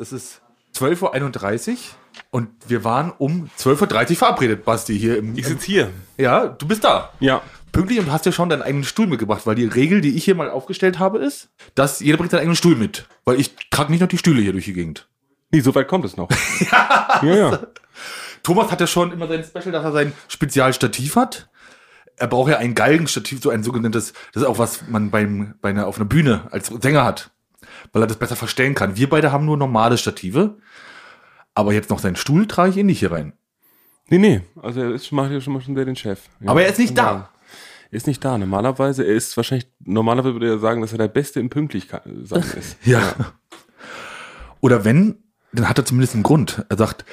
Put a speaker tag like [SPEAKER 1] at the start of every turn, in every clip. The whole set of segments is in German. [SPEAKER 1] Es ist 12.31 Uhr und wir waren um 12.30 Uhr verabredet, Basti, hier im.
[SPEAKER 2] Ich
[SPEAKER 1] im
[SPEAKER 2] sitze hier.
[SPEAKER 1] ja, du bist da.
[SPEAKER 2] Ähm, Ja.
[SPEAKER 1] Pünktlich und hast ja schon deinen eigenen Stuhl mitgebracht, weil die Regel, die ich hier mal aufgestellt habe, ist, dass jeder bringt seinen eigenen Stuhl mit. Weil ich trage nicht noch die Stühle hier durch die Gegend.
[SPEAKER 2] Nee, so weit kommt es noch. ja. ja,
[SPEAKER 1] Thomas hat ja schon immer sein Special, dass er sein Spezialstativ hat. Er braucht ja ein Galgenstativ, so ein sogenanntes, das ist auch was man beim, bei einer, auf einer Bühne als Sänger hat, weil er das besser verstellen kann. Wir beide haben nur normale Stative, aber jetzt noch seinen Stuhl trage ich ihn nicht hier rein.
[SPEAKER 2] Nee, nee. Also er ist, macht ja schon mal schon sehr den Chef. Ja. genau.
[SPEAKER 1] Aber er ist nicht da.
[SPEAKER 2] Er ist nicht da. Normalerweise, er ist wahrscheinlich, normalerweise würde er sagen, dass er der Beste im Pünktlichkeit äh, sein ist.
[SPEAKER 1] Ja. Oder wenn, dann hat er zumindest einen Grund. Er sagt,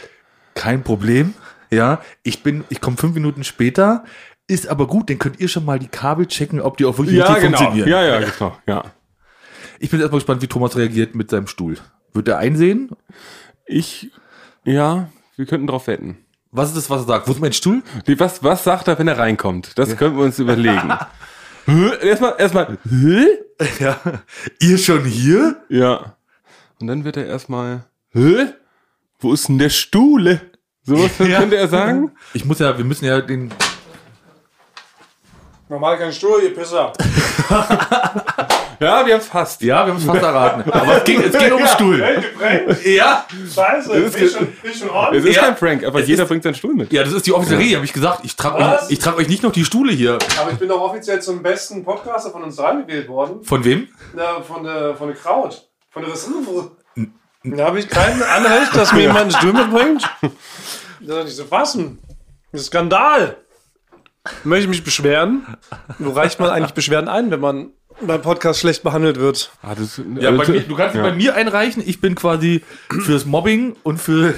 [SPEAKER 1] kein Problem, ja, ich bin, ich komme fünf Minuten später, ist aber gut, dann könnt ihr schon mal die Kabel checken, ob die auch wirklich
[SPEAKER 2] Ja,
[SPEAKER 1] richtig
[SPEAKER 2] genau.
[SPEAKER 1] funktionieren.
[SPEAKER 2] Ja, ja, genau. Ja.
[SPEAKER 1] Ich bin erstmal gespannt, wie Thomas reagiert mit seinem Stuhl. Wird er einsehen?
[SPEAKER 2] Ich, ja, wir könnten drauf wetten.
[SPEAKER 1] Was ist das, was er sagt? Wo ist mein Stuhl?
[SPEAKER 2] Nee, Was, was sagt er, wenn er reinkommt? Das könnten wir uns überlegen. Hä? erstmal, erstmal, hä?
[SPEAKER 1] Ja. Ihr schon hier?
[SPEAKER 2] ja. Und dann wird er erstmal, hä? Wo ist denn der Stuhle? Sowas
[SPEAKER 1] Ja.
[SPEAKER 2] könnte er sagen.
[SPEAKER 1] Ich muss ja, wir müssen ja den.
[SPEAKER 3] Normal kein Stuhl, ihr Pisser.
[SPEAKER 2] Ja, wir haben fast.
[SPEAKER 1] Ja, wir haben es fast erraten. Aber es ging, es ging um den Stuhl. Ja.
[SPEAKER 3] Scheiße,
[SPEAKER 2] Das ist-
[SPEAKER 3] bin schon
[SPEAKER 2] Es
[SPEAKER 3] ordentlich.
[SPEAKER 2] ist
[SPEAKER 1] Ja.
[SPEAKER 2] kein Prank, aber jeder bringt seinen Stuhl mit.
[SPEAKER 1] Ja, das ist die offizielle Regel, habe ich gesagt. Ich trage euch,
[SPEAKER 3] Was?
[SPEAKER 1] ich trag euch nicht noch die Stühle hier.
[SPEAKER 3] Aber ich bin doch offiziell zum besten Podcaster von uns dreien gewählt worden.
[SPEAKER 1] Von wem?
[SPEAKER 3] Na, von, der, von der Kraut. Von der Reserve. Da habe ich kein Anrecht, dass mir jemand einen Stuhl mitbringt. Das ist nicht zu fassen. Das ist Skandal. Möchte ich mich beschweren? Wo reicht man eigentlich Beschwerden ein, wenn man beim Podcast schlecht behandelt wird?
[SPEAKER 2] Ah, das,
[SPEAKER 1] Ja, bei
[SPEAKER 2] also-
[SPEAKER 1] mir, du kannst
[SPEAKER 2] ja.
[SPEAKER 1] bei mir einreichen. Ich bin quasi fürs Mobbing und für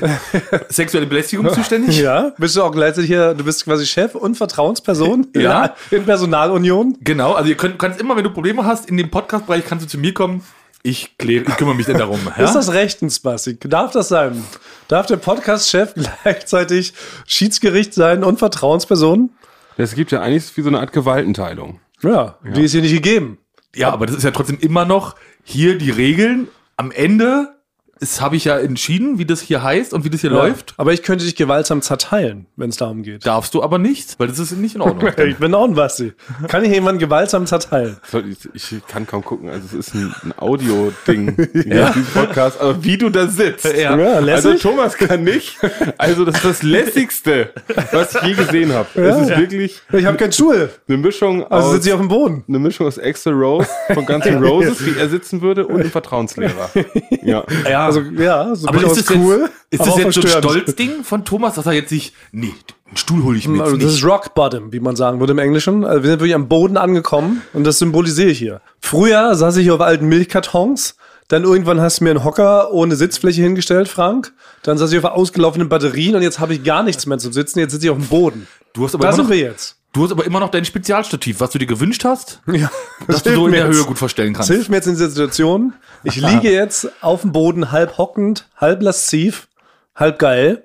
[SPEAKER 1] sexuelle Belästigung zuständig.
[SPEAKER 3] Ja, bist du auch gleichzeitig hier, du bist quasi Chef und Vertrauensperson
[SPEAKER 1] Ja.
[SPEAKER 3] in Personalunion?
[SPEAKER 1] Genau, also ihr könnt, kannst immer, wenn du Probleme hast, in dem Podcast-Bereich kannst du zu mir kommen. Ich, kläre, ich kümmere mich dann darum. Ja?
[SPEAKER 3] Ist das rechtens, Basti? Darf das sein? Darf der Podcast-Chef gleichzeitig Schiedsgericht sein und Vertrauensperson?
[SPEAKER 2] Das gibt ja eigentlich wie so eine Art Gewaltenteilung.
[SPEAKER 3] Ja, die ist hier nicht gegeben.
[SPEAKER 1] Ja, aber das ist ja trotzdem immer noch hier die Regeln. Am Ende das habe ich ja entschieden, wie das hier heißt und wie das hier läuft.
[SPEAKER 3] Aber ich könnte dich gewaltsam zerteilen, wenn es darum geht.
[SPEAKER 1] Darfst du aber nicht, weil das ist nicht in Ordnung.
[SPEAKER 3] Ich bin auch ein Basti. Kann ich jemanden gewaltsam zerteilen?
[SPEAKER 2] So, Ich, ich kann kaum gucken. Also es ist ein, ein Audio-Ding ja. diesem Podcast. Aber wie du da sitzt.
[SPEAKER 1] Ja.
[SPEAKER 3] Ja,
[SPEAKER 2] Also
[SPEAKER 3] lässig.
[SPEAKER 2] Thomas kann nicht. Also das ist das lässigste, was ich je gesehen habe. Es ist wirklich
[SPEAKER 3] ich habe keinen Stuhl.
[SPEAKER 2] eine Mischung
[SPEAKER 3] Also
[SPEAKER 2] aus
[SPEAKER 3] sitze ich auf dem Boden.
[SPEAKER 2] eine Mischung aus Axel Rose von ganzen Roses, wie er sitzen würde, und einem Vertrauenslehrer. Ja.
[SPEAKER 1] Ja.
[SPEAKER 3] Also, ja, so
[SPEAKER 1] aber ist
[SPEAKER 3] durchaus
[SPEAKER 1] das
[SPEAKER 3] cool.
[SPEAKER 1] jetzt, ist
[SPEAKER 3] aber
[SPEAKER 1] das
[SPEAKER 3] auch
[SPEAKER 1] jetzt so ein
[SPEAKER 3] verstörend.
[SPEAKER 1] Stolzding von Thomas, dass er jetzt sich, nee, einen Stuhl hole ich mir
[SPEAKER 3] Also
[SPEAKER 1] jetzt
[SPEAKER 3] das ist
[SPEAKER 1] nicht.
[SPEAKER 3] Rock Bottom, wie man sagen würde im Englischen. Also wir sind wirklich am Boden angekommen und das symbolisiere ich hier. Früher saß ich auf alten Milchkartons, dann irgendwann hast du mir einen Hocker ohne Sitzfläche hingestellt, Frank. Dann saß ich auf ausgelaufenen Batterien und jetzt habe ich gar nichts mehr zum Sitzen, jetzt sitze ich auf dem Boden.
[SPEAKER 1] Du hast, aber
[SPEAKER 3] Da
[SPEAKER 1] immer
[SPEAKER 3] sind
[SPEAKER 1] noch,
[SPEAKER 3] wir jetzt.
[SPEAKER 1] du hast aber immer noch dein Spezialstativ, was du dir gewünscht hast,
[SPEAKER 3] Ja,
[SPEAKER 1] dass du so in der
[SPEAKER 3] jetzt.
[SPEAKER 1] Höhe gut verstellen
[SPEAKER 3] Das
[SPEAKER 1] kannst.
[SPEAKER 3] hilft mir jetzt in der Situation. Ich liege jetzt auf dem Boden, halb hockend, halb lasziv, halb geil.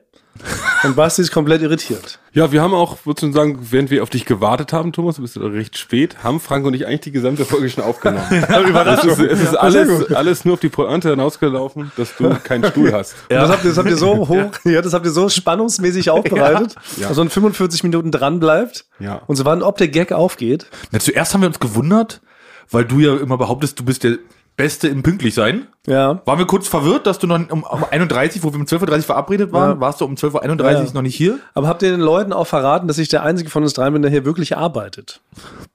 [SPEAKER 3] Und Basti ist komplett irritiert.
[SPEAKER 2] ja, wir haben auch, würde ich sagen, während wir auf dich gewartet haben, Thomas, du bist ja recht spät, haben Frank und ich eigentlich die gesamte Folge schon aufgenommen. es ist, es ist alles, alles nur auf die Pointe hinausgelaufen, dass du keinen Stuhl hast.
[SPEAKER 3] Und Das, habt ihr, das habt ihr so hoch, ja. das habt ihr so spannungsmäßig aufbereitet, dass man 45 Minuten dran bleibt
[SPEAKER 2] Ja.
[SPEAKER 3] und so wann, ob der Gag aufgeht.
[SPEAKER 1] Na, zuerst haben wir uns gewundert, weil du ja immer behauptest, du bist der Beste im Pünktlichsein.
[SPEAKER 3] Ja.
[SPEAKER 1] Waren wir kurz verwirrt, dass du noch um, um 31, wo wir um 12.30 Uhr verabredet waren,
[SPEAKER 3] Ja.
[SPEAKER 1] warst du um 12.31 Uhr
[SPEAKER 3] Ja.
[SPEAKER 1] noch nicht hier?
[SPEAKER 3] Aber habt ihr den Leuten auch verraten, dass ich der einzige von uns dreien bin, der hier wirklich arbeitet?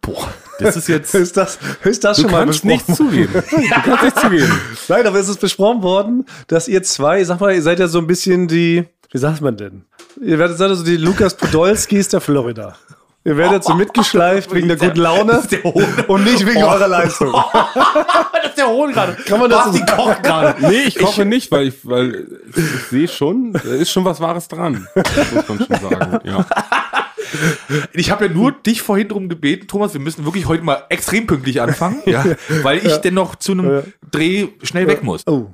[SPEAKER 1] Boah, das ist jetzt.
[SPEAKER 3] Ist das, ist das
[SPEAKER 2] Du
[SPEAKER 3] schon mal
[SPEAKER 2] kannst
[SPEAKER 3] besprochen?
[SPEAKER 2] nichts zugeben. Du kannst nichts zugeben.
[SPEAKER 3] Nein, aber es ist besprochen worden, dass ihr zwei, ich sag mal, ihr seid ja so ein bisschen die, wie sagt man denn? Ihr werdet seid also die Lukas Podolskis der Florida. Ihr werdet so mitgeschleift wegen der guten Laune
[SPEAKER 1] Das ist der Hohn.
[SPEAKER 3] und nicht wegen eurer Leistung.
[SPEAKER 1] das ist der Hohn gerade. Kann
[SPEAKER 3] man das
[SPEAKER 1] Basti
[SPEAKER 3] so-
[SPEAKER 1] kocht gerade.
[SPEAKER 2] Nee, ich koche nicht, weil ich, weil ich, ich sehe schon, da ist schon was Wahres dran. Muss man schon sagen. Ja.
[SPEAKER 1] Ich habe ja nur dich vorhin drum gebeten, Thomas, wir müssen wirklich heute mal extrem pünktlich anfangen, ja, weil ich denn noch zu einem Dreh schnell weg muss.
[SPEAKER 3] Oh.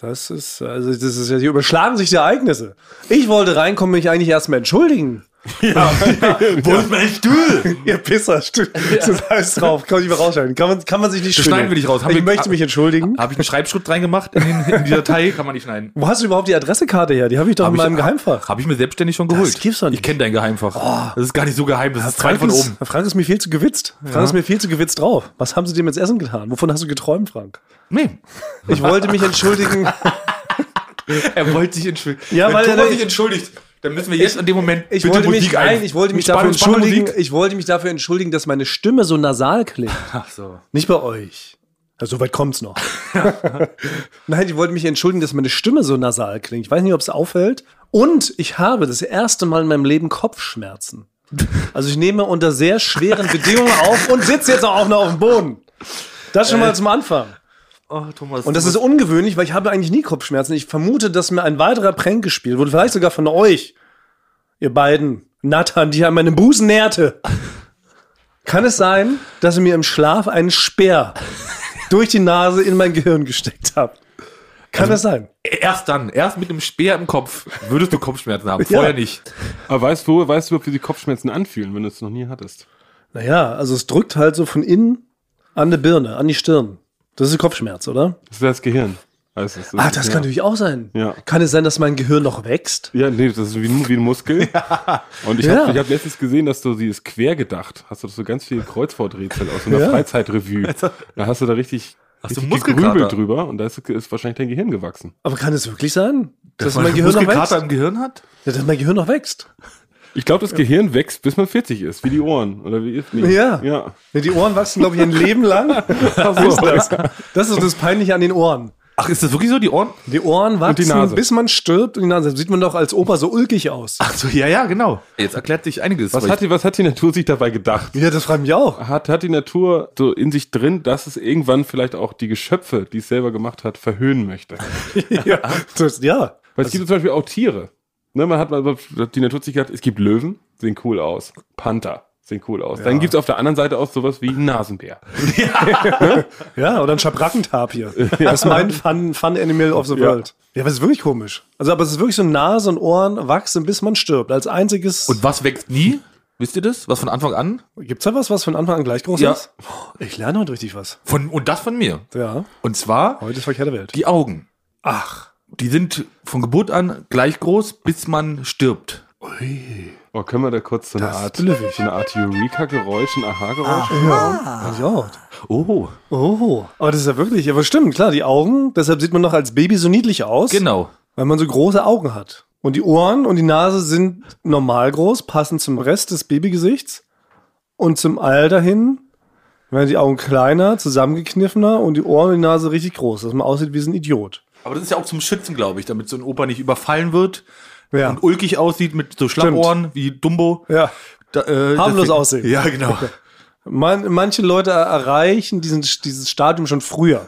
[SPEAKER 3] Das ist, also das ist ja, hier überschlagen sich die Ereignisse. Ich wollte reinkommen, mich eigentlich erstmal entschuldigen.
[SPEAKER 1] Wo ist mein Stuhl?
[SPEAKER 3] Ihr Pisser, stu- so scheiß drauf. Kann man nicht mehr rausschneiden. Kann man, kann man sich nicht
[SPEAKER 1] Das schneiden wir nicht raus. Haben
[SPEAKER 3] Ich
[SPEAKER 1] wir-
[SPEAKER 3] möchte mich entschuldigen.
[SPEAKER 1] Habe ich einen Schreibschritt reingemacht in, den, in die Datei? Kann man nicht schneiden.
[SPEAKER 3] Wo hast du überhaupt die Adressekarte her? Die habe ich doch
[SPEAKER 1] Hab
[SPEAKER 3] in meinem
[SPEAKER 1] ich,
[SPEAKER 3] Geheimfach.
[SPEAKER 1] Habe ich mir selbstständig schon geholt.
[SPEAKER 3] gibt's doch nicht. Oh.
[SPEAKER 1] Ich kenne dein Geheimfach. Das ist gar nicht so geheim. Das ist zwei von
[SPEAKER 3] ist,
[SPEAKER 1] oben.
[SPEAKER 3] Frank ist mir viel zu gewitzt. Frank ist mir viel zu gewitzt drauf. Was haben sie dem jetzt Essen getan? Wovon hast du geträumt, Frank?
[SPEAKER 1] Nee.
[SPEAKER 3] Ich wollte mich entschuldigen.
[SPEAKER 1] Er wollte sich entschuldigen.
[SPEAKER 3] Ja,
[SPEAKER 1] Wenn
[SPEAKER 3] weil er-
[SPEAKER 1] Thomas sich entschuldigt, dann müssen wir jetzt in dem Moment
[SPEAKER 3] Ich wollte mich,
[SPEAKER 1] ein-
[SPEAKER 3] nein, ich wollte mich
[SPEAKER 1] Spannung,
[SPEAKER 3] dafür
[SPEAKER 1] Spannung,
[SPEAKER 3] entschuldigen.
[SPEAKER 1] Musik.
[SPEAKER 3] Ich wollte mich dafür entschuldigen, dass meine Stimme so nasal klingt.
[SPEAKER 1] Ach so.
[SPEAKER 3] Nicht bei euch. Also, so weit kommt's noch. Nein, ich wollte mich entschuldigen, dass meine Stimme so nasal klingt. Ich weiß nicht, ob es auffällt. Und ich habe das erste Mal in meinem Leben Kopfschmerzen. Also ich nehme unter sehr schweren Bedingungen auf und sitze jetzt auch noch auf dem Boden. Das schon mal zum Anfang.
[SPEAKER 1] Oh, Thomas.
[SPEAKER 3] Und das ist ungewöhnlich, weil ich habe eigentlich nie Kopfschmerzen. Ich vermute, dass mir ein weiterer Prank gespielt wurde, vielleicht sogar von euch, ihr beiden Nattern, die an meinem Busen nährte. Kann es sein, dass ihr mir im Schlaf einen Speer durch die Nase in mein Gehirn gesteckt habt? Kann das sein?
[SPEAKER 1] erst dann, erst mit einem Speer im Kopf würdest du Kopfschmerzen haben. Vorher nicht.
[SPEAKER 2] Aber weißt du, weißt du, ob dir die Kopfschmerzen anfühlen, wenn du es noch nie hattest?
[SPEAKER 3] Naja, also es drückt halt so von innen an die Birne, an die Stirn. Das ist Kopfschmerz, oder?
[SPEAKER 2] Das ist das Gehirn. Heißt es.
[SPEAKER 3] Ah, das
[SPEAKER 2] ja.
[SPEAKER 3] kann natürlich auch sein.
[SPEAKER 2] Ja.
[SPEAKER 3] Kann es sein, dass mein Gehirn noch wächst?
[SPEAKER 2] Ja, nee, das ist wie ein, wie ein Muskel. Und ich
[SPEAKER 3] Ja.
[SPEAKER 2] habe hab letztens gesehen, dass du sie ist quer gedacht. Hast du so ganz viel Kreuzworträtsel aus so einer
[SPEAKER 3] Ja.
[SPEAKER 2] Freizeitrevue. Da hast du da richtig,
[SPEAKER 1] Also Hast du
[SPEAKER 2] richtig
[SPEAKER 1] Muskelkater?
[SPEAKER 2] gegrübelt drüber und da ist, ist wahrscheinlich dein Gehirn gewachsen.
[SPEAKER 3] Aber kann es wirklich sein, dass,
[SPEAKER 1] man
[SPEAKER 3] mein Gehirn noch wächst?
[SPEAKER 1] Muskelkater
[SPEAKER 3] Ja,
[SPEAKER 1] im Gehirn hat?
[SPEAKER 3] dass mein Gehirn noch wächst.
[SPEAKER 2] Ich glaube, das Gehirn wächst, bis man 40 ist, wie die Ohren. Oder wie nee.
[SPEAKER 3] Ja.
[SPEAKER 2] ja.
[SPEAKER 3] Ja, die Ohren wachsen, glaube ich, ein Leben lang.
[SPEAKER 2] Ach so.
[SPEAKER 3] Das, das ist das Peinliche an den Ohren.
[SPEAKER 1] Ach, ist das wirklich so, die Ohren?
[SPEAKER 3] Die Ohren
[SPEAKER 2] die
[SPEAKER 3] wachsen,
[SPEAKER 2] Nase.
[SPEAKER 3] bis man stirbt und die Nase. Sieht man doch als Opa so ulkig aus.
[SPEAKER 1] Ach so, ja, ja, genau. Jetzt erklärt sich einiges.
[SPEAKER 2] Was,
[SPEAKER 1] weil
[SPEAKER 2] hat die, was hat die Natur sich dabei gedacht?
[SPEAKER 3] Ja, das frage ich mich auch.
[SPEAKER 2] Hat, hat die Natur so in sich drin, dass es irgendwann vielleicht auch die Geschöpfe, die es selber gemacht hat, verhöhnen möchte?
[SPEAKER 3] ja. Das, ja.
[SPEAKER 2] Weil es gibt zum Beispiel auch Tiere. Ne, man hat mal die Natur hat sich gedacht, es gibt Löwen, sehen cool aus. Panther, sehen cool aus. Dann gibt es auf der anderen Seite auch sowas wie einen Nasenbär.
[SPEAKER 3] ja, oder ein Schabrackentapir. Das ist mein Fun, Fun Animal of the
[SPEAKER 2] Ja.
[SPEAKER 3] World. Ja, aber es ist wirklich komisch. Also, aber es ist wirklich so, Nase und Ohren wachsen, bis man stirbt. Als einziges.
[SPEAKER 1] Und was wächst nie? Wisst ihr das? Was von Anfang an?
[SPEAKER 3] Gibt's da was, was von Anfang an gleich groß
[SPEAKER 1] Ja.
[SPEAKER 3] ist? Ich lerne heute richtig was.
[SPEAKER 1] Von, und das von mir.
[SPEAKER 3] Ja.
[SPEAKER 1] Und zwar
[SPEAKER 3] Heute ist verkehrte Welt.
[SPEAKER 1] die Augen.
[SPEAKER 3] Ach.
[SPEAKER 1] Die sind von Geburt an gleich groß, bis man stirbt.
[SPEAKER 2] Oh, können wir da kurz so eine
[SPEAKER 3] Das
[SPEAKER 2] Art,
[SPEAKER 3] ist blöd.
[SPEAKER 2] so eine Art Eureka-Geräusch, ein Aha-Geräusch?
[SPEAKER 3] Ja. Ja.
[SPEAKER 1] Oh,
[SPEAKER 3] Oh, aber das ist ja wirklich, aber stimmt, klar, die Augen, deshalb sieht man noch als Baby so niedlich aus,
[SPEAKER 1] genau.
[SPEAKER 3] weil man so große Augen hat. Und die Ohren und die Nase sind normal groß, passend zum Rest des Babygesichts und zum Alter hin werden die Augen kleiner, zusammengekniffener und die Ohren und die Nase richtig groß, dass man aussieht wie so ein Idiot.
[SPEAKER 1] Aber das ist ja auch zum Schützen, glaube ich, damit so ein Opa nicht überfallen wird
[SPEAKER 3] Ja.
[SPEAKER 1] und ulkig aussieht mit so Schlappohren wie Dumbo.
[SPEAKER 3] Ja.
[SPEAKER 1] Da, äh,
[SPEAKER 3] Harmlos
[SPEAKER 1] deswegen-
[SPEAKER 3] aussehen.
[SPEAKER 1] Ja, genau.
[SPEAKER 3] Man, manche Leute er- erreichen diesen, dieses Stadium schon früher.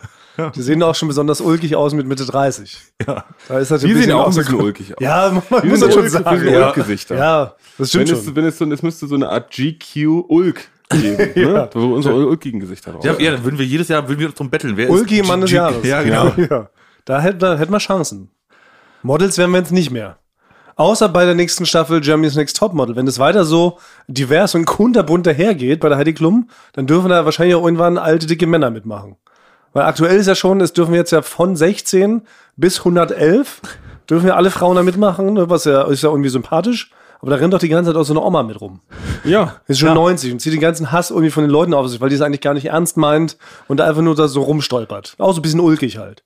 [SPEAKER 3] Die sehen auch schon besonders ulkig aus mit Mitte 30. Ja. Da ist natürlich
[SPEAKER 2] Die
[SPEAKER 3] ein
[SPEAKER 2] sehen
[SPEAKER 3] bisschen
[SPEAKER 2] auch ein
[SPEAKER 3] Ausdruck-
[SPEAKER 2] bisschen ulkig aus.
[SPEAKER 3] Ja, man
[SPEAKER 2] Die
[SPEAKER 3] muss
[SPEAKER 2] sind
[SPEAKER 3] das schon
[SPEAKER 2] ulkig-
[SPEAKER 3] sagen.
[SPEAKER 2] sind
[SPEAKER 3] Ja.
[SPEAKER 2] Ulkgesichter.
[SPEAKER 3] Ja, das
[SPEAKER 2] Wenn
[SPEAKER 3] stimmt
[SPEAKER 2] es,
[SPEAKER 3] schon.
[SPEAKER 2] wenn es, so, es müsste so eine Art GQ-Ulk geben, ne? wo unsere ulkigen Gesichter drauf
[SPEAKER 1] Ja, ja, dann würden wir jedes Jahr würden wir uns drum betteln. Wer
[SPEAKER 3] Ulki
[SPEAKER 1] ist
[SPEAKER 3] Mann des
[SPEAKER 1] G-
[SPEAKER 3] Jahres.
[SPEAKER 1] Ja, genau.
[SPEAKER 3] Ja. Da hätten da hätten wir Chancen. Models wären wir jetzt nicht mehr. Außer bei der nächsten Staffel Germany's Next Topmodel. Wenn es weiter so divers und kunterbunt dahergeht bei der Heidi Klum, dann dürfen da wahrscheinlich auch irgendwann alte, dicke Männer mitmachen. Weil aktuell ist ja schon, es dürfen jetzt ja von 16 bis 111, dürfen ja alle Frauen da mitmachen, ne, was ja, ist ja irgendwie sympathisch. Aber da rennt doch die ganze Zeit auch so eine Oma mit rum.
[SPEAKER 2] Ja.
[SPEAKER 3] Ist schon 90 und zieht den ganzen Hass irgendwie von den Leuten auf sich, weil die es eigentlich gar nicht ernst meint und da einfach nur da so rumstolpert. Auch so ein bisschen ulkig halt.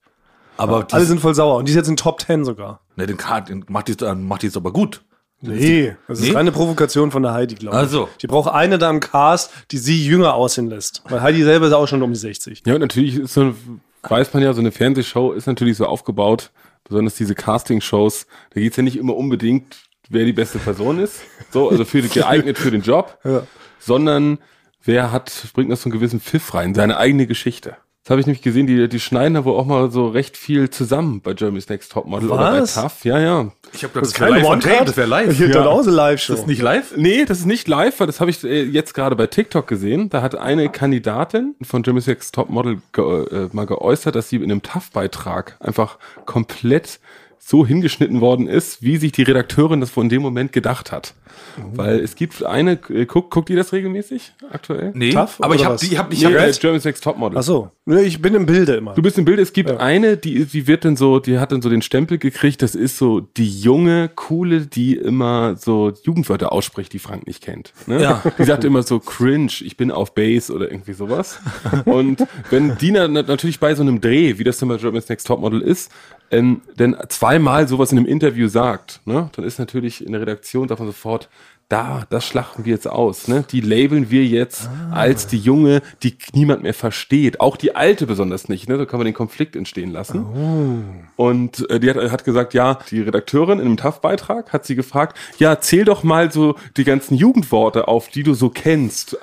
[SPEAKER 1] Aber
[SPEAKER 3] Alle
[SPEAKER 1] das,
[SPEAKER 3] sind voll sauer und die ist jetzt in Top 10 sogar.
[SPEAKER 1] ne, dann, kann, dann macht die dann macht die es aber gut.
[SPEAKER 3] Nee, das ist
[SPEAKER 1] Nee?
[SPEAKER 3] reine Provokation von der Heidi, glaube ich.
[SPEAKER 1] Also.
[SPEAKER 3] Die braucht eine da im Cast, die sie jünger aussehen lässt. Weil Heidi selber ist auch schon um die 60.
[SPEAKER 2] Ja, und natürlich ist so, weiß man ja, so eine Fernsehshow ist natürlich so aufgebaut, besonders diese Castingshows, da geht's ja nicht immer unbedingt, wer die beste Person ist, so, also für, geeignet für den Job, sondern wer hat, bringt noch so einen gewissen Pfiff rein, seine eigene Geschichte. Das habe ich nämlich gesehen, die, die schneiden da wohl auch mal so recht viel zusammen bei Germany's Next Topmodel oder bei
[SPEAKER 3] Was?
[SPEAKER 2] TAF. Ja, ja.
[SPEAKER 1] Ich habe das, das wäre live. on tape, Das wäre live.
[SPEAKER 3] Hier
[SPEAKER 1] Ja.
[SPEAKER 3] ja. auch so Live-Show.
[SPEAKER 1] Ist nicht live?
[SPEAKER 2] Nee, das ist nicht live, weil das habe ich äh, jetzt gerade bei TikTok gesehen. Da hat eine Kandidatin von Jimmy's Next Topmodel ge äh, mal geäußert, dass sie in einem TAF-Beitrag einfach komplett so hingeschnitten worden ist, wie sich die Redakteurin das von dem Moment gedacht hat.
[SPEAKER 1] Oh.
[SPEAKER 2] Weil es gibt eine, äh, guckt, guckt ihr das regelmäßig aktuell?
[SPEAKER 1] Nee,
[SPEAKER 3] Tough,
[SPEAKER 1] aber ich
[SPEAKER 3] oder
[SPEAKER 1] habe
[SPEAKER 3] was?
[SPEAKER 1] die, ich hab, ich
[SPEAKER 2] Ich nee,
[SPEAKER 1] hab
[SPEAKER 2] äh, German Sex Topmodel.
[SPEAKER 3] Ach so. Ja, Ich bin im Bilde immer.
[SPEAKER 2] Du bist im Bild, es gibt eine, die, die wird dann so, die hat dann so den Stempel gekriegt, das ist so die junge, coole, die immer so Jugendwörter ausspricht, die Frank nicht kennt. Ne?
[SPEAKER 1] Ja.
[SPEAKER 2] Die sagt immer so cringe, ich bin auf Base oder irgendwie sowas. Und wenn die na, na- natürlich bei so einem Dreh, wie das zum Beispiel Germany's Next Topmodel ist, ähm, denn zweimal sowas in einem Interview sagt, ne, dann ist natürlich in der Redaktion, sagt man sofort, da, das schlachten wir jetzt aus. Ne? Die labeln wir jetzt als die junge, die niemand mehr versteht. Auch die alte besonders nicht. Ne? So kann man den Konflikt entstehen lassen.
[SPEAKER 1] Oh.
[SPEAKER 2] Und äh, die hat, hat gesagt, ja, die Redakteurin in einem TAF-Beitrag hat sie gefragt, ja, zähl doch mal so die ganzen Jugendworte auf, die du so kennst,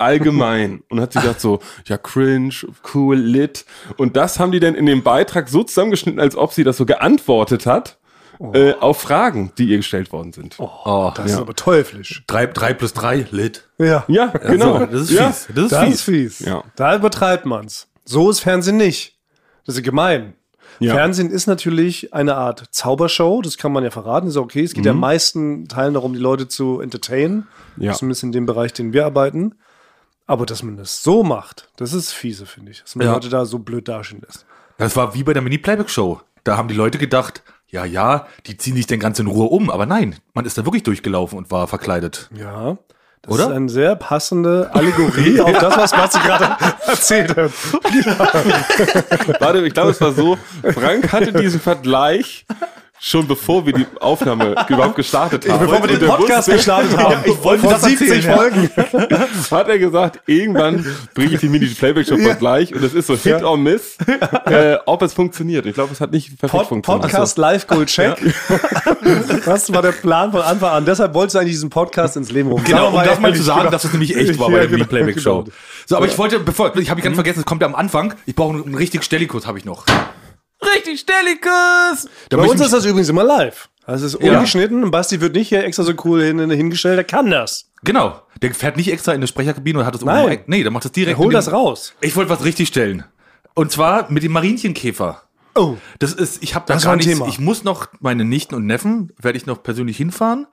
[SPEAKER 2] allgemein. und hat sie gesagt so, ja, cringe, cool, lit. Und das haben die dann in dem Beitrag so zusammengeschnitten, als ob sie das so geantwortet hat
[SPEAKER 1] Oh.
[SPEAKER 2] äh, auf Fragen, die ihr gestellt worden sind.
[SPEAKER 3] das ist aber teuflisch.
[SPEAKER 1] drei, drei plus drei lit.
[SPEAKER 3] Ja.
[SPEAKER 2] Ja, genau.
[SPEAKER 1] So, das ist
[SPEAKER 2] ja.
[SPEAKER 1] fies. Das ist
[SPEAKER 3] Das
[SPEAKER 1] fies.
[SPEAKER 3] ist fies.
[SPEAKER 2] Ja.
[SPEAKER 3] Da übertreibt man's. So ist Fernsehen nicht. Das ist gemein.
[SPEAKER 2] Ja.
[SPEAKER 3] Fernsehen ist natürlich eine Art Zaubershow, das kann man ja verraten, ist ja okay. Es geht ja
[SPEAKER 1] Mhm.
[SPEAKER 3] am meisten Teilen darum, die Leute zu entertainen.
[SPEAKER 2] Ja.
[SPEAKER 3] Zumindest in dem Bereich, den wir arbeiten. Aber dass man das so macht, das ist fiese, finde ich. Dass man
[SPEAKER 1] Ja.
[SPEAKER 3] Leute da so blöd dastehen lässt.
[SPEAKER 1] Das war wie bei der Mini-Playback-Show. Da haben die Leute gedacht, ja, ja, die ziehen sich denn ganz in Ruhe um. Aber nein, man ist da wirklich durchgelaufen und war verkleidet.
[SPEAKER 3] Ja. Das
[SPEAKER 1] Oder?
[SPEAKER 3] ist eine sehr passende Allegorie auf das, was Matze gerade erzählt hat.
[SPEAKER 2] Warte, ich glaube, es war so, Frank hatte diesen Vergleich schon bevor wir die Aufnahme überhaupt gestartet haben.
[SPEAKER 3] Bevor wir den
[SPEAKER 2] Und er
[SPEAKER 3] Podcast
[SPEAKER 2] wusste-
[SPEAKER 3] gestartet haben.
[SPEAKER 1] ich wollte
[SPEAKER 3] Von
[SPEAKER 1] das erzählen,
[SPEAKER 3] 70
[SPEAKER 1] ja.
[SPEAKER 3] Folgen.
[SPEAKER 2] hat er gesagt, irgendwann bringe ich die Mini-Playback-Show-Vergleich und das ist so Hit or Miss, äh, ob es funktioniert. Ich glaube, es hat nicht perfekt
[SPEAKER 3] Pod
[SPEAKER 2] funktioniert.
[SPEAKER 3] Podcast Live Goal Check. Das war der Plan von Anfang an. Deshalb wolltest du eigentlich diesen Podcast ins Leben rufen.
[SPEAKER 1] Genau,
[SPEAKER 3] Sagen wir
[SPEAKER 1] um das mal
[SPEAKER 3] ehrlich,
[SPEAKER 1] zu sagen,
[SPEAKER 3] genau.
[SPEAKER 1] dass es nämlich echt war bei
[SPEAKER 3] Ja,
[SPEAKER 1] der
[SPEAKER 3] genau,
[SPEAKER 1] Mini-Playback-Show.
[SPEAKER 3] genau. Mhm.
[SPEAKER 1] So, aber ich wollte, bevor, ich habe mich ganz vergessen, es kommt ja am Anfang. Ich brauche einen richtigen Stellikus, habe ich noch. Richtig Stellikus! Da
[SPEAKER 3] Bei
[SPEAKER 1] muss
[SPEAKER 3] uns
[SPEAKER 1] ich
[SPEAKER 3] ist
[SPEAKER 1] mich,
[SPEAKER 3] das übrigens immer live. Das ist ungeschnitten und Basti wird nicht hier extra so cool hin, hingestellt, der kann das.
[SPEAKER 1] genau, der fährt nicht extra in eine Sprecherkabine und hat das
[SPEAKER 3] Nein.
[SPEAKER 1] oben- Nee, der macht das direkt.
[SPEAKER 3] Hol
[SPEAKER 1] in den-
[SPEAKER 3] das raus.
[SPEAKER 1] Ich wollte was richtig stellen. Und zwar mit dem Marienchenkäfer.
[SPEAKER 3] Oh.
[SPEAKER 1] Das ist, ich habe da
[SPEAKER 3] Das
[SPEAKER 1] gar
[SPEAKER 3] war ein
[SPEAKER 1] nichts.
[SPEAKER 3] Thema.
[SPEAKER 1] Ich muss noch meine Nichten und Neffen, werde ich noch persönlich hinfahren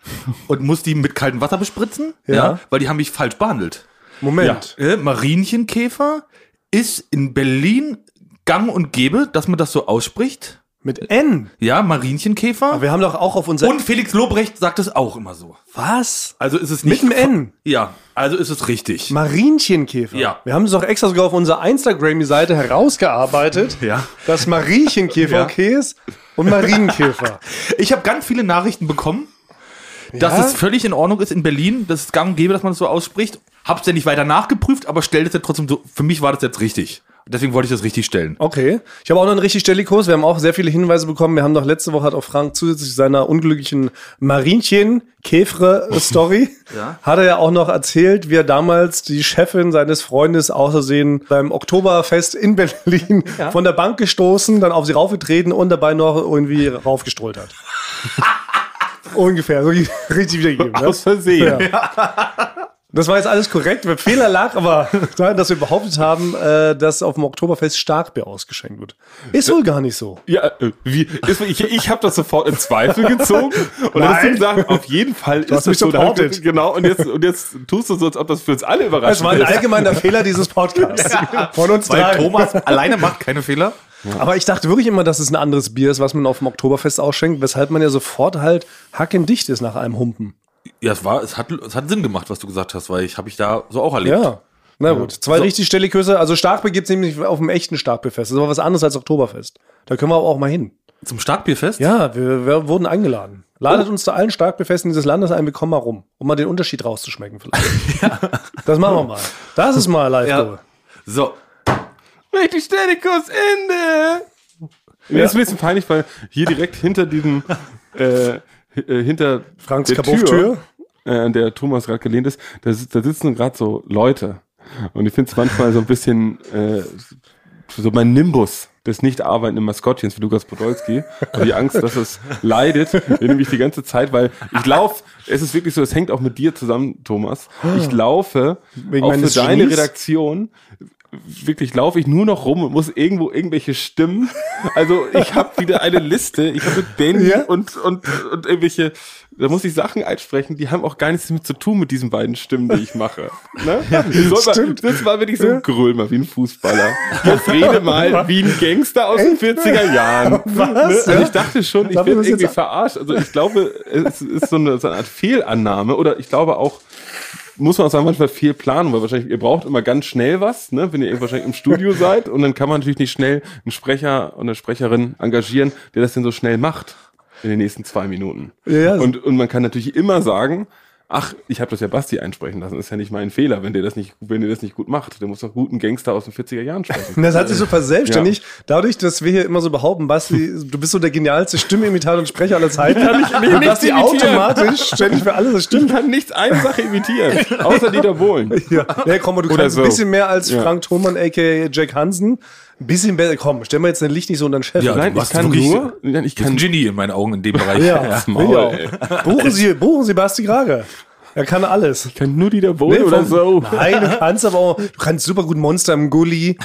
[SPEAKER 1] und muss die mit kaltem Wasser bespritzen, ja. weil die haben mich falsch behandelt.
[SPEAKER 3] Moment.
[SPEAKER 1] Äh, Marienchenkäfer ist in Berlin gang und gäbe, dass man das so ausspricht.
[SPEAKER 3] Mit N.
[SPEAKER 1] Ja, Marienchenkäfer.
[SPEAKER 3] Aber wir haben doch auch auf unser
[SPEAKER 1] Und Felix Lobrecht sagt es auch immer so.
[SPEAKER 3] Was?
[SPEAKER 1] Also ist es nicht.
[SPEAKER 3] Mit einem N?
[SPEAKER 1] Ja, also ist es richtig.
[SPEAKER 3] Marienchenkäfer.
[SPEAKER 1] Ja.
[SPEAKER 3] Wir haben es doch extra sogar auf unserer Instagram-Seite herausgearbeitet,
[SPEAKER 1] Ja.
[SPEAKER 3] dass Marienchenkäfer
[SPEAKER 1] Ja.
[SPEAKER 3] okay ist und Marienkäfer.
[SPEAKER 1] Ich habe ganz viele Nachrichten bekommen, dass
[SPEAKER 3] Ja?
[SPEAKER 1] es völlig in Ordnung ist in Berlin, dass es gang und gäbe, dass man das so ausspricht. Hab's denn nicht weiter nachgeprüft, aber stell das jetzt trotzdem so. Für mich war das jetzt richtig. Deswegen wollte ich das richtig stellen.
[SPEAKER 3] Okay. Ich habe auch noch einen richtig Stellikus. Wir haben auch sehr viele Hinweise bekommen. Wir haben noch letzte Woche hat auch Frank zusätzlich zu seiner unglücklichen Marienchen-Käfre-Story.
[SPEAKER 1] Ja.
[SPEAKER 3] Hat er ja auch noch erzählt, wie er damals die Chefin seines Freundes außersehen beim Oktoberfest in Berlin von der Bank gestoßen, dann auf sie raufgetreten und dabei noch irgendwie raufgestrollt hat. Ungefähr, so richtig wiedergegeben. ne?
[SPEAKER 2] Also, Aus Versehen.
[SPEAKER 3] Das war jetzt alles korrekt. Der Fehler lag aber daran, dass wir behauptet haben, äh, dass auf dem Oktoberfest Starkbier ausgeschenkt wird. Ist wohl gar nicht so.
[SPEAKER 2] Ja, äh, wie, ist, ich, ich habe das sofort in Zweifel gezogen und dann hast du
[SPEAKER 3] Nein.
[SPEAKER 2] gesagt, auf jeden Fall
[SPEAKER 3] hast mich
[SPEAKER 2] so. Da hab ich-
[SPEAKER 3] supported.
[SPEAKER 2] Genau, und jetzt, und jetzt tust du so, als ob das für uns alle
[SPEAKER 3] Das war
[SPEAKER 2] überraschend
[SPEAKER 3] Also ein
[SPEAKER 2] ist.
[SPEAKER 3] allgemeiner Fehler dieses Podcasts. Von uns
[SPEAKER 1] Weil
[SPEAKER 3] drei.
[SPEAKER 1] Thomas alleine macht keine Fehler.
[SPEAKER 3] Aber ich dachte wirklich immer, dass es ein anderes Bier ist, was man auf dem Oktoberfest ausschenkt, weshalb man ja sofort halt hackendicht ist nach einem Humpen.
[SPEAKER 1] Ja, es war, es hat, es hat Sinn gemacht, was du gesagt hast, weil ich habe ich da so auch erlebt.
[SPEAKER 3] Ja. Na gut, zwei richtig Stelliküsse. Also Starkbier gibt es nämlich auf dem echten Starkbierfest. Das ist aber was anderes als Oktoberfest. Da können wir aber auch mal hin.
[SPEAKER 1] Zum Starkbierfest?
[SPEAKER 3] Ja, wir, wir wurden eingeladen. Ladet uns zu allen Starkbefesten dieses Landes ein, wir kommen mal rum, um mal den Unterschied rauszuschmecken vielleicht. Das machen wir mal. Das ist mal live
[SPEAKER 1] Ja.
[SPEAKER 3] Goal.
[SPEAKER 1] So.
[SPEAKER 2] Richtig Stellikus, Ende! Mir ist ein bisschen peinlich, weil hier direkt hinter diesem, äh, h- äh, hinter
[SPEAKER 3] Franks
[SPEAKER 2] der
[SPEAKER 3] Kabuff-Tür.
[SPEAKER 2] Tür, äh, an der Thomas gerade gelehnt ist, da, sit- da sitzen gerade so Leute. Und ich finde es manchmal so ein bisschen äh, so mein Nimbus des nicht arbeitenden Maskottchens wie Lukas Podolski. Habe die Angst, dass es leidet, nehme ich die ganze Zeit, weil ich laufe, es ist wirklich so, es hängt auch mit dir zusammen, Thomas. Ich laufe
[SPEAKER 3] Ah. Wegen
[SPEAKER 2] auch für
[SPEAKER 3] meines
[SPEAKER 2] deine
[SPEAKER 3] Genies?
[SPEAKER 2] Redaktion wirklich laufe ich nur noch rum und muss irgendwo irgendwelche Stimmen. Also ich habe wieder eine Liste. Ich habe mit Danny
[SPEAKER 1] Ja?
[SPEAKER 2] und, und, und irgendwelche, da muss ich Sachen einsprechen, die haben auch gar nichts mit zu tun mit diesen beiden Stimmen, die ich mache. Ne? So,
[SPEAKER 1] stimmt.
[SPEAKER 2] Das war wirklich so ein Grömer wie ein Fußballer. Jetzt rede mal wie ein Gangster aus den 40er Jahren.
[SPEAKER 1] Was?
[SPEAKER 2] Also ich dachte schon, ich
[SPEAKER 1] Darf ich
[SPEAKER 2] werde
[SPEAKER 1] das
[SPEAKER 2] irgendwie
[SPEAKER 1] jetzt-
[SPEAKER 2] verarscht. Also ich glaube, es ist so eine, so eine Art Fehlannahme oder ich glaube auch, muss man auch sagen, manchmal viel planen, weil wahrscheinlich, ihr braucht immer ganz schnell was, ne, wenn ihr wahrscheinlich im Studio seid und dann kann man natürlich nicht schnell einen Sprecher und eine Sprecherin engagieren, der das denn so schnell macht in den nächsten zwei Minuten.
[SPEAKER 1] Ja, ja.
[SPEAKER 2] und, und man kann natürlich immer sagen, ach, ich habe das ja Basti einsprechen lassen, ist ja nicht mein Fehler, wenn der das nicht, wenn der das nicht gut macht. Der muss doch guten Gangster aus den 40er Jahren sprechen.
[SPEAKER 3] Und Das hat sich so verselbstständigt. Dadurch, dass wir hier immer so behaupten, Basti, du bist so der genialste Stimmimitator und Sprecher aller Zeiten.
[SPEAKER 2] nicht
[SPEAKER 3] und Basti
[SPEAKER 2] imitieren.
[SPEAKER 3] automatisch ständig für alles das
[SPEAKER 2] Ich
[SPEAKER 3] stimmt.
[SPEAKER 2] kann nichts eine Sache imitieren, außer Dieter Bohlen.
[SPEAKER 3] Ja, nee, komm mal, du kannst
[SPEAKER 2] so.
[SPEAKER 3] ein bisschen mehr als
[SPEAKER 2] Ja.
[SPEAKER 3] Frank Thoman, a.k.a. Jack Hansen. Ein bisschen besser. Komm, stell mal jetzt dein Licht nicht so unter den Chef.
[SPEAKER 1] Ja,
[SPEAKER 2] Nein,
[SPEAKER 1] du
[SPEAKER 2] ich
[SPEAKER 1] hast
[SPEAKER 2] kann
[SPEAKER 1] wirklich-
[SPEAKER 2] nur, nein, ich
[SPEAKER 1] Du bist
[SPEAKER 2] kann
[SPEAKER 1] ein Genie in meinen Augen in dem Bereich. Oh.
[SPEAKER 3] ja.
[SPEAKER 2] Maul,
[SPEAKER 3] ja.
[SPEAKER 2] ey.
[SPEAKER 3] Buchen Sie, buchen Sie Basti Grager. Er kann alles.
[SPEAKER 2] Kann nur Dieter Bohlen
[SPEAKER 3] Nee,
[SPEAKER 2] oder so.
[SPEAKER 3] vom- Nein, du kannst aber auch, du kannst super gut Monster im Gully.